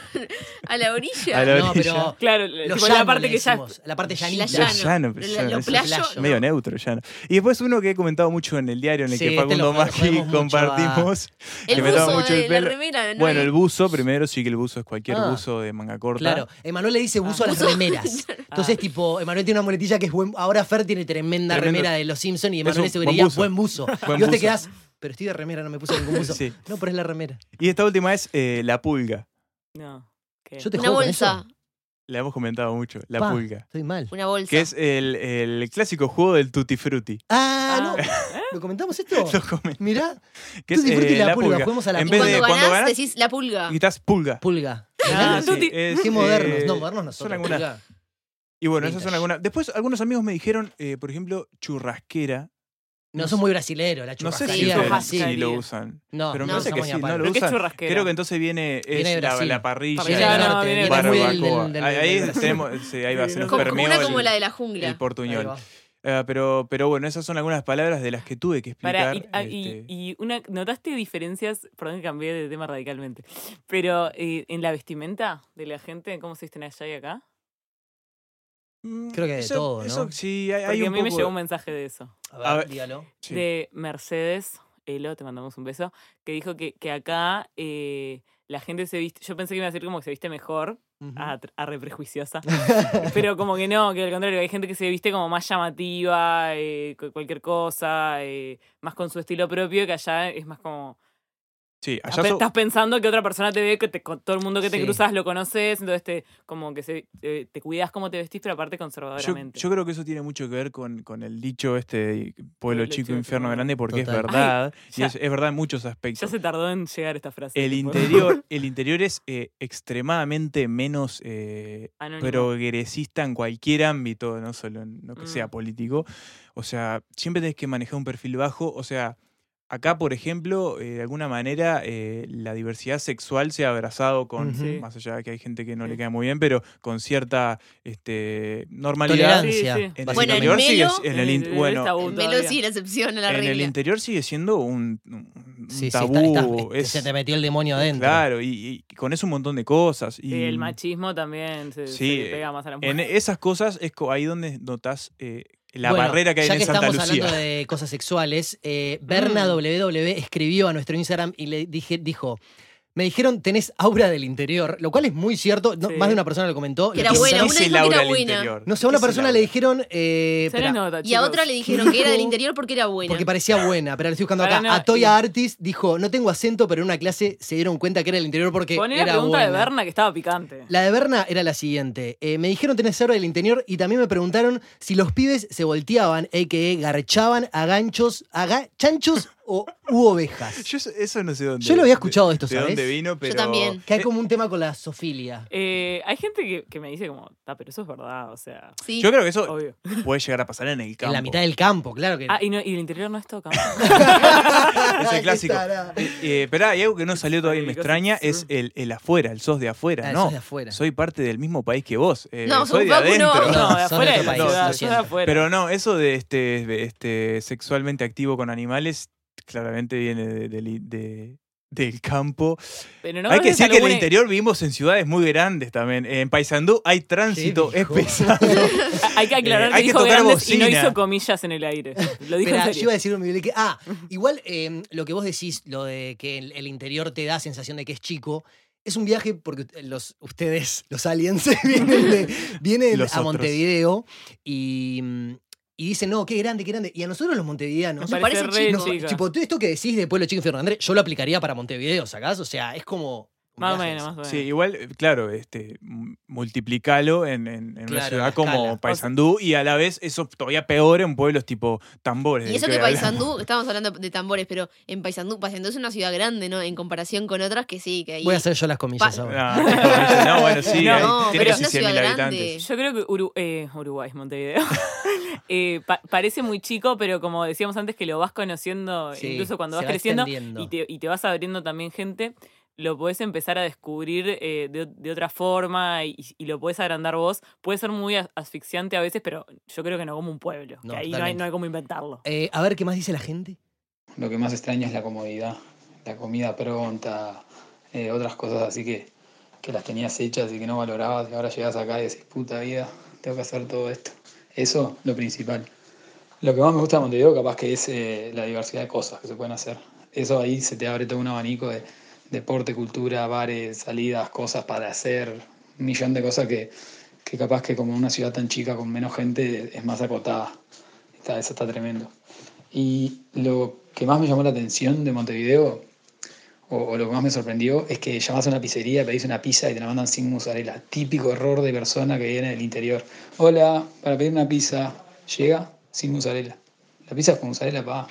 C: A la orilla.
D: Ah, A la
A: No,
D: orilla.
A: pero
B: Claro,
A: lo
B: tipo,
A: llano
B: la parte
A: le
B: que ya es
A: decimos, La parte
C: La
A: llanita.
D: Lo
C: llano.
D: llano, pero
C: Lo-
D: llano,
C: lo
D: eso es
C: playo,
A: no.
D: medio neutro, llano. Y después uno que he comentado mucho en el diario en el
A: Sí,
D: que
A: este
D: Facundo
A: lo- lo
D: Maggi
A: jodemos mucho
D: compartimos.
C: El
D: que me toma
C: buzo
D: mucho el
C: de la
D: pelo.
C: remera. ¿no?
D: Bueno, el buzo primero, sí que el buzo es cualquier
A: Ah.
D: buzo de manga corta.
A: Claro, Emanuel le dice buzo a las remeras. Entonces, tipo, Emanuel tiene una muletilla que es buen. Ahora Fer tiene tremenda
D: Tremendo.
A: remera de los Simpsons y
D: Es
A: Emanuel
D: un
A: seguro
D: buen
A: sería
D: buzo.
A: buen buzo.
D: Buen
A: y vos te
D: buzo.
A: quedás, pero estoy de remera, no me puse ningún buzo.
D: Sí.
A: No, pero es la remera.
D: Y esta última es eh, la pulga.
B: No. ¿qué?
A: Yo te
C: Una
A: jodo con
C: bolsa.
A: eso.
D: La hemos comentado mucho, la
A: Pa.
D: pulga.
A: Estoy mal.
C: Una bolsa.
D: Que es el, el clásico juego del Tutti Frutti.
A: Ah, no.
B: Ah,
A: ¿Lo comentamos esto?
D: Lo comen-
A: Mirá,
D: que es
A: Tutti Frutti
D: eh,
A: y la pulga. Juguemos a la
D: en
C: y
D: vez
A: pulga.
D: de
C: cuando ganás,
D: cuando ganas,
C: decís la pulga.
D: quitas pulga.
A: pulga.
B: Ah,
A: Mirá,
B: Tutti.
D: es,
A: Qué modernos.
D: eh,
A: No, modernos nosotros.
D: son algunas.
A: Pulga.
D: Y bueno, esas son
A: Vintage.
D: algunas. Después, algunos amigos me dijeron, eh, por ejemplo, churrasquera.
A: No sos muy brasilero, la
D: No sé
A: churrasquería.
D: si,
B: Sí,
D: ustedes
B: churrasquería.
D: sí lo usan,
A: No,
D: pero me
C: no,
D: parece que
A: somos
D: sí,
A: ni a
D: no
A: palo.
D: lo
B: ¿Pero qué es
D: usan.
B: churrasquera?
D: Creo que entonces viene, es
A: Viene de
D: la,
A: Brasil.
D: la parrilla,
B: Parrilla,
D: la
B: no, viene de Brasil.
D: barbacoa.
A: Del- del-
D: Ahí-
A: del
D: ahí
A: Brasil.
D: tenemos, sí, ahí va a ser un
C: como, como una
D: permeo
C: como
D: el-
C: la de la jungla.
D: el portuñol.
A: Ahí va.
D: Ah, pero, pero bueno, esas son algunas palabras de las que tuve que
B: Pará,
D: explicar.
B: y, ah, y-
D: este,
B: y una, ¿notaste diferencias? Perdón que cambié de tema radicalmente. Pero eh, en la vestimenta de la gente, ¿en cómo se visten allá y acá?
D: mm,
A: Creo que de
D: eso-
A: todo, ¿no?
D: Eso sí, hay,
B: Porque
D: hay
B: a
D: un
B: mí me
D: poco-
B: llegó un mensaje de eso.
A: A
D: A
A: ver,
D: ver.
A: dígalo.
D: sí.
B: de Mercedes, Elo, te mandamos un beso, que dijo que, que acá eh, la gente se viste, yo pensé que iba a decir como que se viste mejor, a, a reprejuiciosa, pero como que no, que al contrario, hay gente que se viste como más llamativa, eh, cu- cualquier cosa, eh, más con su estilo propio, que allá es más como,
D: Sí, allá
B: ape-
D: so-
B: estás pensando que otra persona te ve, que te- con todo el mundo que te
A: Sí.
B: cruzas lo conoces, entonces te, como que se, eh, te cuidas cómo te vestís, pero aparte
D: yo,
B: conservadoramente.
D: yo creo que eso tiene mucho que ver con, con el dicho este de pueblo
B: Pueblo
D: chico,
B: chico,
D: infierno
B: infierno
D: grande, porque es
A: Total.
D: verdad. y
B: ya.
D: es, es verdad en muchos aspectos.
B: ya se tardó en llegar esta frase.
D: El
B: tipo,
D: interior, el interior es eh, extremadamente menos eh,
B: anónimo.
D: progresista en cualquier ámbito, no solo en lo que sea
B: Mm.
D: político. O sea, siempre tenés que manejar un perfil bajo. O sea, acá, por ejemplo, eh, de alguna manera eh, la diversidad sexual se ha abrazado con,
A: Ujú. Sí.
D: más allá de que hay gente que no le
B: Sí.
D: queda muy bien, pero con cierta este, normalidad.
B: Sí,
A: Tolerancia.
B: sí.
D: En el
A: básicamente.
C: Bueno,
D: interior sigue-
C: Melo-
D: en el in-
B: Eh,
D: bueno,
B: está
C: El
B: aún
C: Melo
B: todavía.
C: sí era excepción a la
D: en
C: regla.
D: el interior sigue siendo un, un- un
A: Sí, sí, está-
D: tabú.
A: está-
D: es-
A: se te metió el demonio adentro.
D: Claro, y, y con eso un montón de cosas. Y
B: Y el machismo pues. también se, se
D: Sí,
B: le pega más a la mujer.
D: En esas cosas es co- ahí donde notas la
A: Bueno,
D: barrera que hay
A: ya
D: en
A: que
D: Santa
A: estamos
D: Lucía.
A: hablando de cosas sexuales, eh, Berna
B: Mm.
A: WW escribió a nuestro Instagram y le dije, dijo, me dijeron tenés aura del interior, lo cual es muy cierto, no,
B: Sí.
A: más de una persona lo comentó.
C: Que
A: lo
C: era
A: pensamos.
C: buena,
D: ¿Qué
C: una
D: es el
C: dijo que
D: aura
C: era
D: del
C: buena.
D: interior?
A: No sé, a una
D: ¿Qué es el
A: persona
D: aura?
A: le dijeron, eh,
B: Se le
A: espera,
B: nota,
C: Y a
B: chicos.
C: otra le dijeron que era del interior porque era buena.
A: porque parecía buena, pero la estoy buscando
B: Pará,
A: acá.
B: no,
A: a Toya
B: y-
A: Artis dijo, no tengo acento, pero en una clase se dieron cuenta que era del interior porque
B: Poné la
A: era
B: pregunta
A: buena.
B: de Berna que estaba picante.
A: La de Berna era la siguiente. Eh, me dijeron tenés aura del interior y también me preguntaron si los pibes se volteaban, a.k.a. garchaban a ganchos, a ga- chanchos o u ovejas.
D: Yo eso- eso no sé dónde.
A: Yo lo había
D: de-
A: escuchado esto,
D: de
A: ¿sabes?
D: dónde vino, pero.
C: también.
A: Que hay como un tema con la sofilia.
B: Eh, hay gente que, que me dice como, "Ta, pero eso es verdad, o sea,
C: Sí.
D: Yo creo que eso
B: obvio.
D: puede llegar a pasar en el campo.
A: En la mitad del campo, claro que.
B: Ah, y, no- y el interior no es toca.
D: Es el clásico.
A: Qué tarado.
D: Eh, eh, pero hay algo que no salió todavía y me extraña: es el, el afuera, el sos de afuera.
A: Ah,
D: no,
A: sos de afuera.
D: soy parte del mismo país que vos. eh,
C: No,
D: soy
C: sos
D: de
C: vacuno.
D: adentro.
B: No, de
A: son
B: afuera de
A: otro
B: la
A: país,
B: ciudad,
A: lo
B: yo de
A: siento.
B: afuera.
D: Pero no, eso de este, de este sexualmente activo con animales claramente viene de- de- de- del campo.
B: Pero no
D: hay
B: me
D: que
B: parece
D: decir que en el
B: alguna-
D: interior vivimos en ciudades muy grandes también. En Paysandú hay tránsito,
A: Qué
D: es
A: viejo.
D: pesado.
B: Hay que aclarar
D: Eh,
B: que
D: hay que
B: dijo
D: tocar
B: grandes y
D: bocina.
B: no hizo comillas en el aire. Lo dijo
A: Espera,
B: en
A: yo
B: serio.
A: iba a decir un biblique. Ah, igual eh, lo que vos decís, lo de que el, el interior te da sensación de que es chico. Es un viaje porque ut- los, ustedes, los aliens, vienen, de- vienen
D: Los
A: a
D: otros.
A: Montevideo y, mm, y dicen, no, qué grande, qué grande. Y a nosotros los montevideanos,
C: Me
B: parece
C: parece
B: re
C: chico.
B: chica.
A: tipo, todo esto que decís de Pueblo Chico Infierno Andrés, yo lo aplicaría para Montevideo, ¿sacás? O sea, es como... un
B: Más o
A: viaje
B: menos,
A: ese.
B: más o menos.
D: Sí, igual, eh, claro, este, m- multiplicalo en, en- en una
A: Claro, la
D: ciudad
A: escala. O
D: como
A: sea-
D: Paysandú y a la vez eso todavía peor en pueblos tipo Tambores.
C: Y
D: del
C: eso
D: que
C: que
D: hablamos.
C: Paysandú, estábamos hablando de tambores, pero en Paysandú, Paysandú es una ciudad grande, ¿no? En comparación con otras que sí, que ahí.
A: Voy a hacer yo las comillas
C: Pa-
A: ahora.
D: No, Ah, no, bueno, sí,
B: No,
D: hay-
C: pero es
D: tiene casi
C: una
D: 100.000
C: ciudad
D: habitantes.
B: Yo creo que Uru- eh, Uruguay es Montevideo. Eh, pa- parece muy chico, pero como decíamos antes, que lo vas conociendo
A: Sí,
B: incluso cuando
A: se
B: vas
A: va
B: creciendo
A: extendiendo.
B: y te, y te vas abriendo también gente, lo podés empezar a descubrir eh, de, de otra forma y, y lo podés agrandar vos. Puede ser muy as- asfixiante a veces, pero yo creo que no como un pueblo.
A: No,
B: que ahí no hay,
A: totalmente.
B: no hay como inventarlo.
A: Eh, a ver, ¿qué más dice la gente?
J: Lo que más extraña es la comodidad, la comida pronta, eh, otras cosas así que, que las tenías hechas y que no valorabas y ahora llegas acá y decís, puta vida, tengo que hacer todo esto. Eso, lo principal. Lo que más me gusta de Montevideo capaz que es eh, la diversidad de cosas que se pueden hacer. Eso ahí se te abre todo un abanico de deporte, cultura, bares, salidas, cosas para hacer, un millón de cosas que, que capaz que como una ciudad tan chica con menos gente es más acotada. Está, eso está tremendo. Y lo que más me llamó la atención de Montevideo, o, o lo que más me sorprendió, es que llamás a una pizzería, pedís una pizza y te la mandan sin mozzarella. Típico error de persona que viene del interior. Hola, para pedir una pizza, llega sin mozzarella. La pizza es con mozzarella, pa.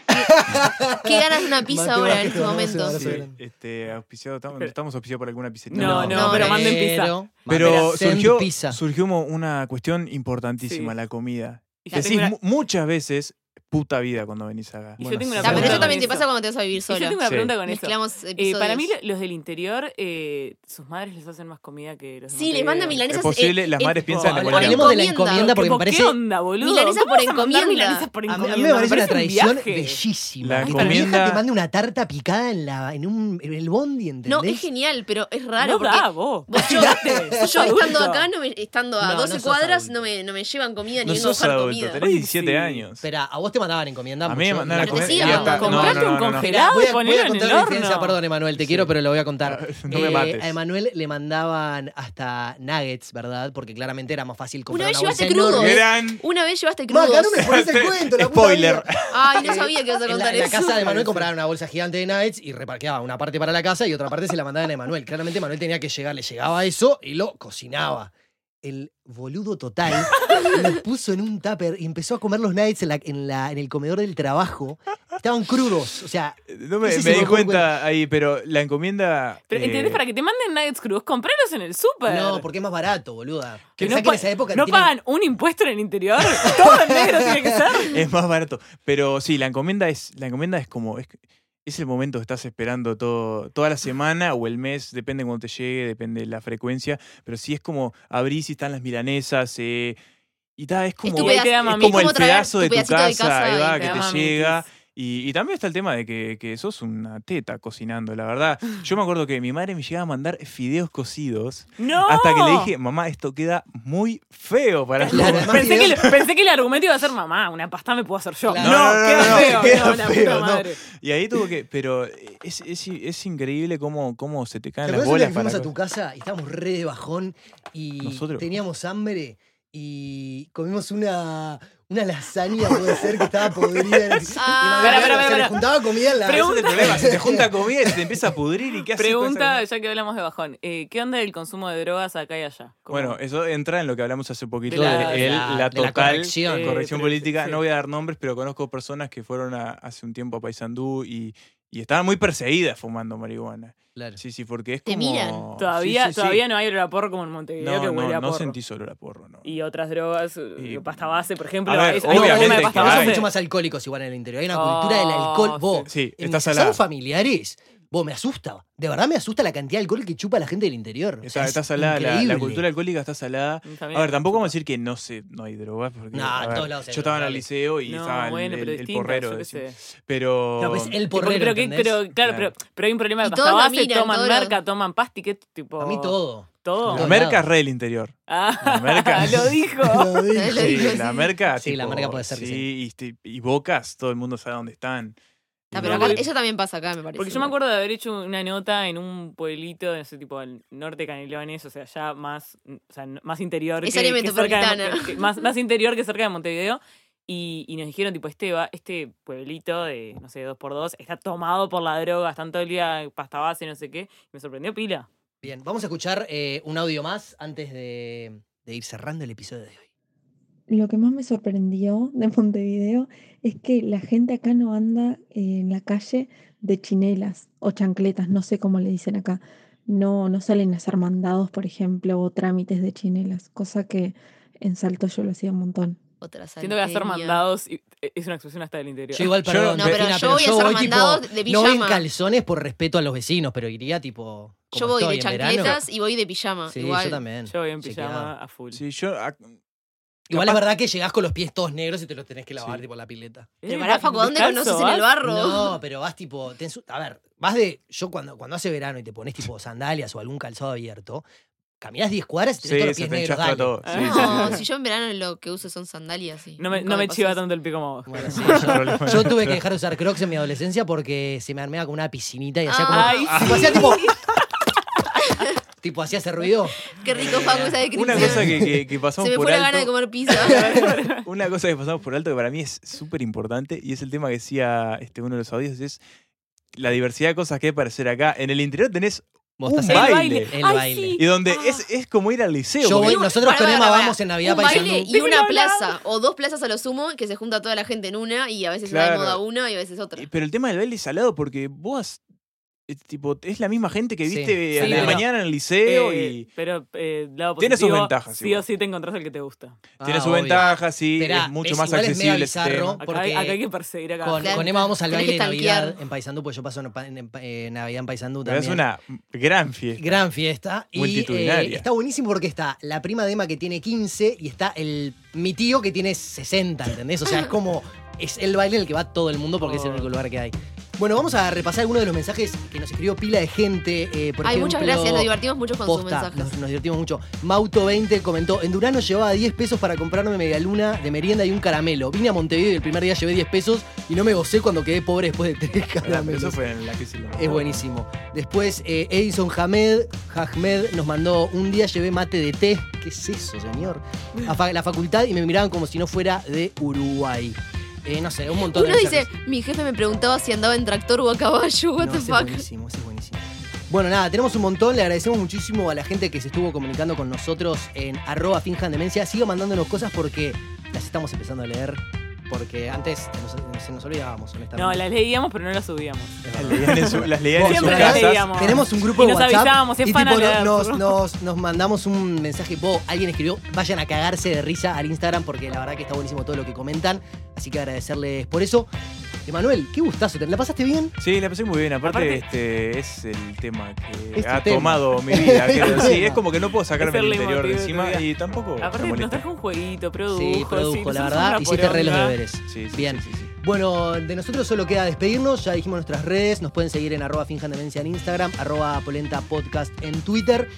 C: ¿Qué ganas de una pizza
A: Mateo
C: ahora en este
A: Vázquez, te mandamos un
C: momento?
A: abrazo.
D: Sí,
A: Grande.
D: este, auspiciado, estamos,
B: Pero-
D: estamos auspiciados por alguna pizzería.
B: No, no, pero
C: no.
B: manden pizza.
A: Pero-
D: Pero
A: Send
D: surgió,
A: pizza.
D: surgió mo- una cuestión importantísima, la comida.
B: Y yo
D: Decís
B: tengo una-
D: mu- muchas veces, puta vida cuando venís acá.
B: Y yo
D: Bueno,
B: tengo una
D: sí.
C: Ah, pero eso
B: pregunta
C: también
B: con
C: te
B: eso.
C: pasa cuando te vas a vivir
B: Y yo
C: solo.
B: tengo una
D: Sí.
B: pregunta con eso.
C: Mezclamos episodios.
B: Eh, para mí lo- los del interior, eh, sus madres les hacen más comida que los de
C: Sí, les
B: Montevideo.
C: mandan milanesas.
D: Es posible,
C: eh,
D: las
C: eh,
D: madres piensan en
A: Hable-
D: la
C: por
D: cualquiera.
A: Hablemos de la encomienda
C: encomienda.
A: porque me
B: Tipo,
A: parece,
B: ¿Qué onda, boludo?
C: Milanesas
B: ¿Cómo
C: por
B: vas a mandar
C: encomienda.
B: milanesas por
A: a mí
B: encomienda?
A: me parece una
B: un
A: tradición
B: viaje.
A: bellísima.
D: La
A: que tu vieja te
D: encomienda-
A: mande una tarta picada en, la, en, un, en el bondi, ¿entendés?
C: No, es genial, pero es raro.
B: no
C: porque
B: da, vos.
C: vos- yo,
B: Fíjate,
C: yo
B: sos
C: estando
B: adulto.
C: acá, no me- estando a
A: No, no
C: 12
A: sos
C: cuadras,
A: adulto.
C: no me, no me llevan comida ni
D: No
C: vengo a
D: sos
C: buscar
D: adulto,
C: comida.
D: tenés
B: Uy,
D: 17
B: sí.
D: años.
A: Espera, a vos te mandaban encomienda.
D: A mí
A: mucho?
D: me mandaron a
A: La-
D: comer
C: sí,
D: y
C: no,
D: hasta-
C: no,
D: No,
B: comprate
D: no, no,
B: un
D: no.
B: congelado
A: voy a,
B: y
A: voy a
B: ponelo en
A: contar
B: el
A: una diferencia,
B: horno.
A: perdón, Emanuel, te quiero, pero lo voy a contar. Eh,
D: No me mates.
A: a Emanuel le mandaban hasta nuggets, ¿verdad? Porque claramente era más fácil comprar
C: Una vez
A: una bolsa
C: llevaste crudo.
A: enorme.
D: Gran-
C: Una vez llevaste crudos.
A: Maca, no me pones el cuento, la puta
D: Spoiler.
A: vida.
C: Ay, no sabía que ibas a
A: En
C: contar
A: la, en la
C: eso.
A: casa de Manuel compraban una bolsa gigante de nuggets y reparqueaba una parte para la casa y otra parte se la mandaban a Manuel. Claramente Manuel tenía que llegar, le llegaba eso y lo cocinaba. El boludo total los puso en un tupper y empezó a comer los nuggets en, la- en la- en el comedor del trabajo. Estaban crudos, o sea,
D: No me,
A: Ese
D: me
A: se me
D: di
A: ocurre,
D: cuenta ahí, pero la encomienda.
B: Pero,
D: eh,
B: ¿entendés? Para que te manden nuggets crudos, compralos en el súper.
A: no, porque es más barato, boluda.
B: Que
A: Pensá
B: no,
A: que en
B: pa-
A: esa época
B: no
A: tienen-
B: pagan un impuesto en el interior. Todo en negro tiene que ser.
D: Es más barato. Pero sí, la encomienda es, la encomienda es como. Es, es el momento que estás esperando todo, toda la semana o el mes, depende cuando te llegue, depende de la frecuencia. Pero sí es como abrís y están las milanesas. eh, y ta, es como,
C: tu
D: es
B: ahí te da
C: pedazo-
B: mami.
D: como el
C: como tragar
D: pedazo
C: tu
D: de tu
C: pedacito
D: casa,
C: de casa
D: ahí
C: y
D: va,
C: te
D: que
C: da
D: te
B: mamitis.
D: llega. Y, y también está el tema de que, que sos una teta cocinando, la verdad. Yo me acuerdo que mi madre me llegaba a mandar fideos cocidos
B: No.
D: hasta que le dije, mamá, esto queda muy feo para
A: Claro,
D: comer".
A: además
B: Pensé que,
A: fideos-
B: el, pensé que el argumento iba a ser mamá, una pasta me puedo hacer yo.
A: Claro.
B: No,
D: No, no, no,
B: queda
D: no,
B: feo,
D: queda
B: no, la
D: feo,
B: puta
D: no.
B: madre.
D: Y ahí tuvo que. Pero eh, es, es, es increíble cómo, cómo se te
A: ¿Te
D: caen Ah, las
A: acuerdas
D: bolas
A: que
D: para.
A: fuimos a tu casa y estábamos re de bajón y
D: Nosotros.
A: teníamos hambre y comimos una, una lasaña, puede ser, que estaba podrida. Era-
C: Ah.
A: y la-
B: Pará, pará,
A: se le
B: pará.
A: juntaba comida en la...
D: Ese es
B: Pregunta-
D: el problema. Se te junta comida y se te empieza a pudrir y qué haces. con esa
B: Pregunta,
D: comida?
B: ya que hablamos de bajón, eh, ¿qué onda el consumo de drogas acá y allá? Como-
D: Bueno, eso entra en lo que hablamos hace poquito
B: De
D: de
B: la-
D: el- la,
A: de la
D: total
A: corrección.
D: corrección,
B: Eh,
D: política.
B: sí.
D: No voy a dar nombres, pero conozco personas que fueron a- hace un tiempo a Paysandú y, y estaban muy perseguidas fumando marihuana.
A: Claro.
D: Sí, sí, porque es
C: Te
D: como.
C: miran.
D: Sí,
B: todavía,
D: sí, sí.
B: todavía no hay olor a porro como en Montevideo
D: No,
B: que huele
D: no,
B: a
D: no
B: porro.
D: sentís olor a porro, no.
B: Y otras drogas, eh,
D: Y-
B: pasta base, por ejemplo.
D: A ver,
B: es- hay un problema
D: obviamente
B: de
D: que
B: pasta
A: Nosotros somos
D: hay.
B: base.
A: mucho más alcohólicos igual en el interior. Hay una
B: Oh,
A: cultura del alcohol.
B: sí.
A: Vos,
D: Sí,
A: en
D: está
A: mis asados
D: salada.
A: familiares, vos, me asusta. De verdad me asusta la cantidad de alcohol que chupa la gente del interior. O
D: Está,
A: sea,
D: está
A: es
D: salada, la- la,
A: increíble.
D: cultura alcohólica está salada.
B: También.
D: A ver, tampoco vamos a decir que no sé, no hay drogas. Porque,
A: No,
D: a
A: en
D: ver,
A: todos lados hay
D: Yo estaba en
A: drogas,
D: el liceo y
B: No,
D: estaba el-
B: bueno,
D: el,
B: pero
D: el
B: distinto,
D: porrero.
B: yo qué
D: decimos.
B: sé.
D: Pero.
A: No, pues,
B: Porque-
A: el porrero,
B: pero, que-
A: ¿entendés?
B: pero, claro,
D: Claro.
B: Pero, pero hay un problema de
C: Y
B: pasta
C: todos la
B: base,
C: miran,
B: toman
C: todos la-
B: merca, toman pasti, que tipo...
A: A mí todo.
B: Todo.
D: la
A: Claro.
D: merca es re el interior.
B: Ah,
D: La merca.
B: lo dijo.
A: Lo dije.
C: Lo dijo,
D: la
C: sí.
D: merca.
A: Sí, la
D: tipo,
A: merca puede ser que
D: Sí, y este- y, bocas, todo el mundo sabe dónde están.
C: Ah, pero
D: Y-
C: acá- eso también pasa acá, me parece.
B: Porque yo me acuerdo de haber hecho una nota en un pueblito, no sé, tipo al norte de Canelones, o sea, ya más, mm, o sea, n- más interior
C: Es
B: que,
C: área
B: que cerca de, Mon-
C: metropolitana.
B: que- que- más, más interior que cerca de Montevideo. Y, y nos dijeron, tipo, este, va- este pueblito de, no sé, dos por dos, está tomado por la droga, están todo el día pasta base, no sé qué. Y me sorprendió pila.
A: Bien, vamos a escuchar eh, un audio más antes de, de ir cerrando el episodio de hoy.
K: Lo que más me sorprendió de Montevideo es que la gente acá no anda eh, en la calle de chinelas o chancletas, no sé cómo le dicen acá. No, no salen a hacer mandados, por ejemplo, o trámites de chinelas, cosa que en Salto yo lo hacía un montón.
C: Otra
B: Siento que hacer
C: salteña.
B: mandados y- eh, es una expresión hasta del interior.
A: Yo igual,
D: Yo
A: perdón,
D: no-
A: Betina,
D: No, pero
C: yo voy a hacer
A: tipo,
C: mandados de
A: No voy en
C: pijama.
A: calzones por respeto a los vecinos, pero iría tipo. como
C: Yo voy
A: estoy,
C: de
A: en verano.
C: chancletas y voy de pijama.
A: Sí,
C: igual.
A: yo también.
B: Yo voy en
A: chequeado.
B: pijama a full.
D: Sí, yo. ah,
A: Igual es
D: Capaz-
A: verdad que llegás con los pies todos negros y te los tenés que lavar
D: Sí.
A: tipo en la pileta.
B: Eh,
C: Pero pará, Facu, ¿a ¿dónde
B: descalzo,
C: conoces en el
B: vas?
C: barro?
A: No, pero vas tipo. te ensu- a ver, vas de. Yo cuando, cuando hace verano y te pones tipo sandalias o algún calzado abierto, caminás 10 cuadras y te
D: Sí,
A: tenés todos los
D: se
A: pies
D: te
A: negros.
D: enchastra
A: dale.
D: todo. Sí, sí,
C: Ah, No,
D: sí.
C: si yo en verano lo que uso son sandalias. y
B: No me,
C: nunca
B: no me
C: pasó
B: chiva
C: eso.
B: tanto el pico como vos.
A: Bueno, sí,
D: Otro
A: yo-
D: problema.
A: Yo tuve que dejar de usar crocs en mi adolescencia porque se me armeaba como una piscinita y hacía como.
C: Ay,
A: tipo, hacía tipo. Tipo, hacía ese ruido.
C: Qué rico, Facu, esa
D: Una
C: descripción.
D: cosa que, que- que
C: Se
D: pasamos
C: me
D: por
C: fue la
D: alto.
C: gana de comer pizza.
D: Una cosa que pasamos por alto que para mí es súper importante y es el tema que decía este, uno de los audios, es la diversidad de cosas que hay para hacer acá. En el interior tenés
A: Vos
D: un
A: estás
D: baile.
A: ahí.
B: El
A: El
B: baile. Ay,
A: baile.
B: sí.
D: Y donde
B: Ah.
D: es, es como ir al liceo.
A: Yo
D: porque-
A: voy- nosotros
C: Pará,
A: con Emma
C: pará, pará.
A: vamos en Navidad
C: un baile
A: paisandú.
C: y una plaza, o dos plazas a lo sumo, que se junta toda la gente en una y a veces una de
D: Claro.
C: moda una y a veces otra.
D: Eh, Pero el tema del baile es salado porque vos es, tipo, es la misma gente que
A: Sí.
D: viste a
B: Sí,
D: la
B: pero-
D: mañana en el liceo
B: Eh,
D: y
B: Pero eh, lado
D: Tiene sus
B: positivo,
D: ventajas
B: Sí
D: igual.
B: o sí te encontrás el que te gusta.
D: tiene
A: Ah,
D: sus
A: obvio.
D: ventajas, sí,
A: Esperá,
D: es mucho
A: ves,
D: más
A: igual es
D: accesible
A: medio
D: ese
A: bizarro,
D: tema.
A: Porque-
B: Acá, hay- acá hay que perseguir acá.
A: Con,
C: Claro.
A: con Emma vamos al
C: Tenés
A: baile de
C: que
A: Navidad
C: tanquear.
A: en Paysandú, porque yo paso en, pa- en pa- eh, Navidad en Paysandú
D: Pero
A: también.
D: es una gran fiesta.
A: Gran fiesta. Y
D: Multitudinaria.
A: eh, está buenísimo porque está la prima de Emma que tiene 15 y está el mi tío que tiene 60, ¿entendés? O sea, es como. Es el baile en el que va todo el mundo porque es el único lugar que hay. Bueno, vamos a repasar algunos de los mensajes que nos escribió pila de gente. eh, por
C: Ay, muchas
A: ejemplo,
C: gracias, nos divertimos mucho con sus
A: Posta,
C: mensajes.
A: Nos, nos divertimos mucho. Mauto20 comentó: En Durano llevaba 10 pesos para comprarme media luna de merienda y un caramelo. Vine a Montevideo y el primer día llevé 10 pesos y no me gocé cuando quedé pobre después de tres
D: Ah, pero
A: caramelos.
D: Eso fue en la que se lo-
A: Es buenísimo. Después, eh, Edison Hamed, Hamed nos mandó: Un día llevé mate de té. ¿Qué es eso, señor? A fa- la facultad y me miraban como si no fuera de Uruguay. Eh, no sé, un montón
C: Uno
A: de
C: dice,
A: mensajes.
C: mi jefe me preguntaba si andaba en tractor o a caballo, what
A: No,
C: the
A: ese es
C: fuck.
A: buenísimo, ese es buenísimo. Bueno, nada, tenemos un montón. Le agradecemos muchísimo a la gente que se estuvo comunicando con nosotros en arroba finjandemencia. Siga mandándonos cosas porque las estamos empezando a leer. Porque antes nos- se nos olvidábamos, honestamente.
B: No, las leíamos, pero no las subíamos.
A: Es
D: Las
A: verdad.
D: leían en su- Las leían en sus
B: Siempre las
D: casas.
B: leíamos.
A: Tenemos un grupo
B: Y
A: de
B: nos
A: WhatsApp
B: avisábamos, es
A: y tipo,
B: fan alert.
A: nos, nos- nos mandamos un mensaje, "Bo, alguien escribió, vayan a cagarse de risa al Instagram porque la verdad que está buenísimo todo lo que comentan, así que agradecerles por eso. Emanuel, qué gustazo, ¿te la pasaste bien?
D: Sí, la pasé muy bien. Aparte,
B: Aparte-
D: este es el tema que
A: Es tu
D: ha
A: este tema.
D: tomado mi vida. quiero
A: Es tu
D: decir.
A: tema.
D: es como que no puedo sacarme
B: Es el
D: el interior de
B: leitmotiv de tu
D: encima
B: vida.
D: y tampoco me
B: Aparte, nos
D: molesta.
B: trajo un jueguito, produjo.
A: sí, produjo,
B: nos hizo
A: la
B: una
A: verdad, hiciste re los
B: poronga.
A: deberes.
D: Sí, sí,
A: Bien.
D: sí, sí, sí.
A: Bueno, de nosotros solo queda despedirnos, ya dijimos nuestras redes, nos pueden seguir en arroba finjandemencia en Instagram, arroba polenta podcast en Twitter.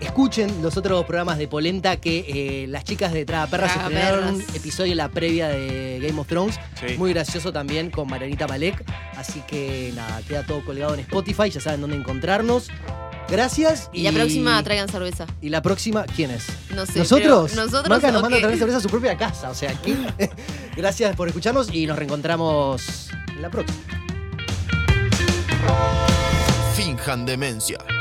A: Escuchen los otros programas de Polenta que eh, las chicas de Traga Perras
C: Traga
A: estrenaron un
C: Perras.
A: episodio en la previa de Game of Thrones.
D: Sí.
A: Muy gracioso también con Marianita Malek. Así que nada, queda todo colgado en Spotify, ya saben dónde encontrarnos. Gracias.
C: Y la próxima traigan cerveza.
A: Y la próxima, ¿quién es?
C: No sé.
A: ¿Nosotros?
C: pero Nosotros.
A: Maca nos
C: ¿o
A: manda a
C: qué?
A: traer cerveza a su propia casa. O sea, ¿qué? Gracias por escucharnos y nos reencontramos en la próxima.
E: Finjan demencia.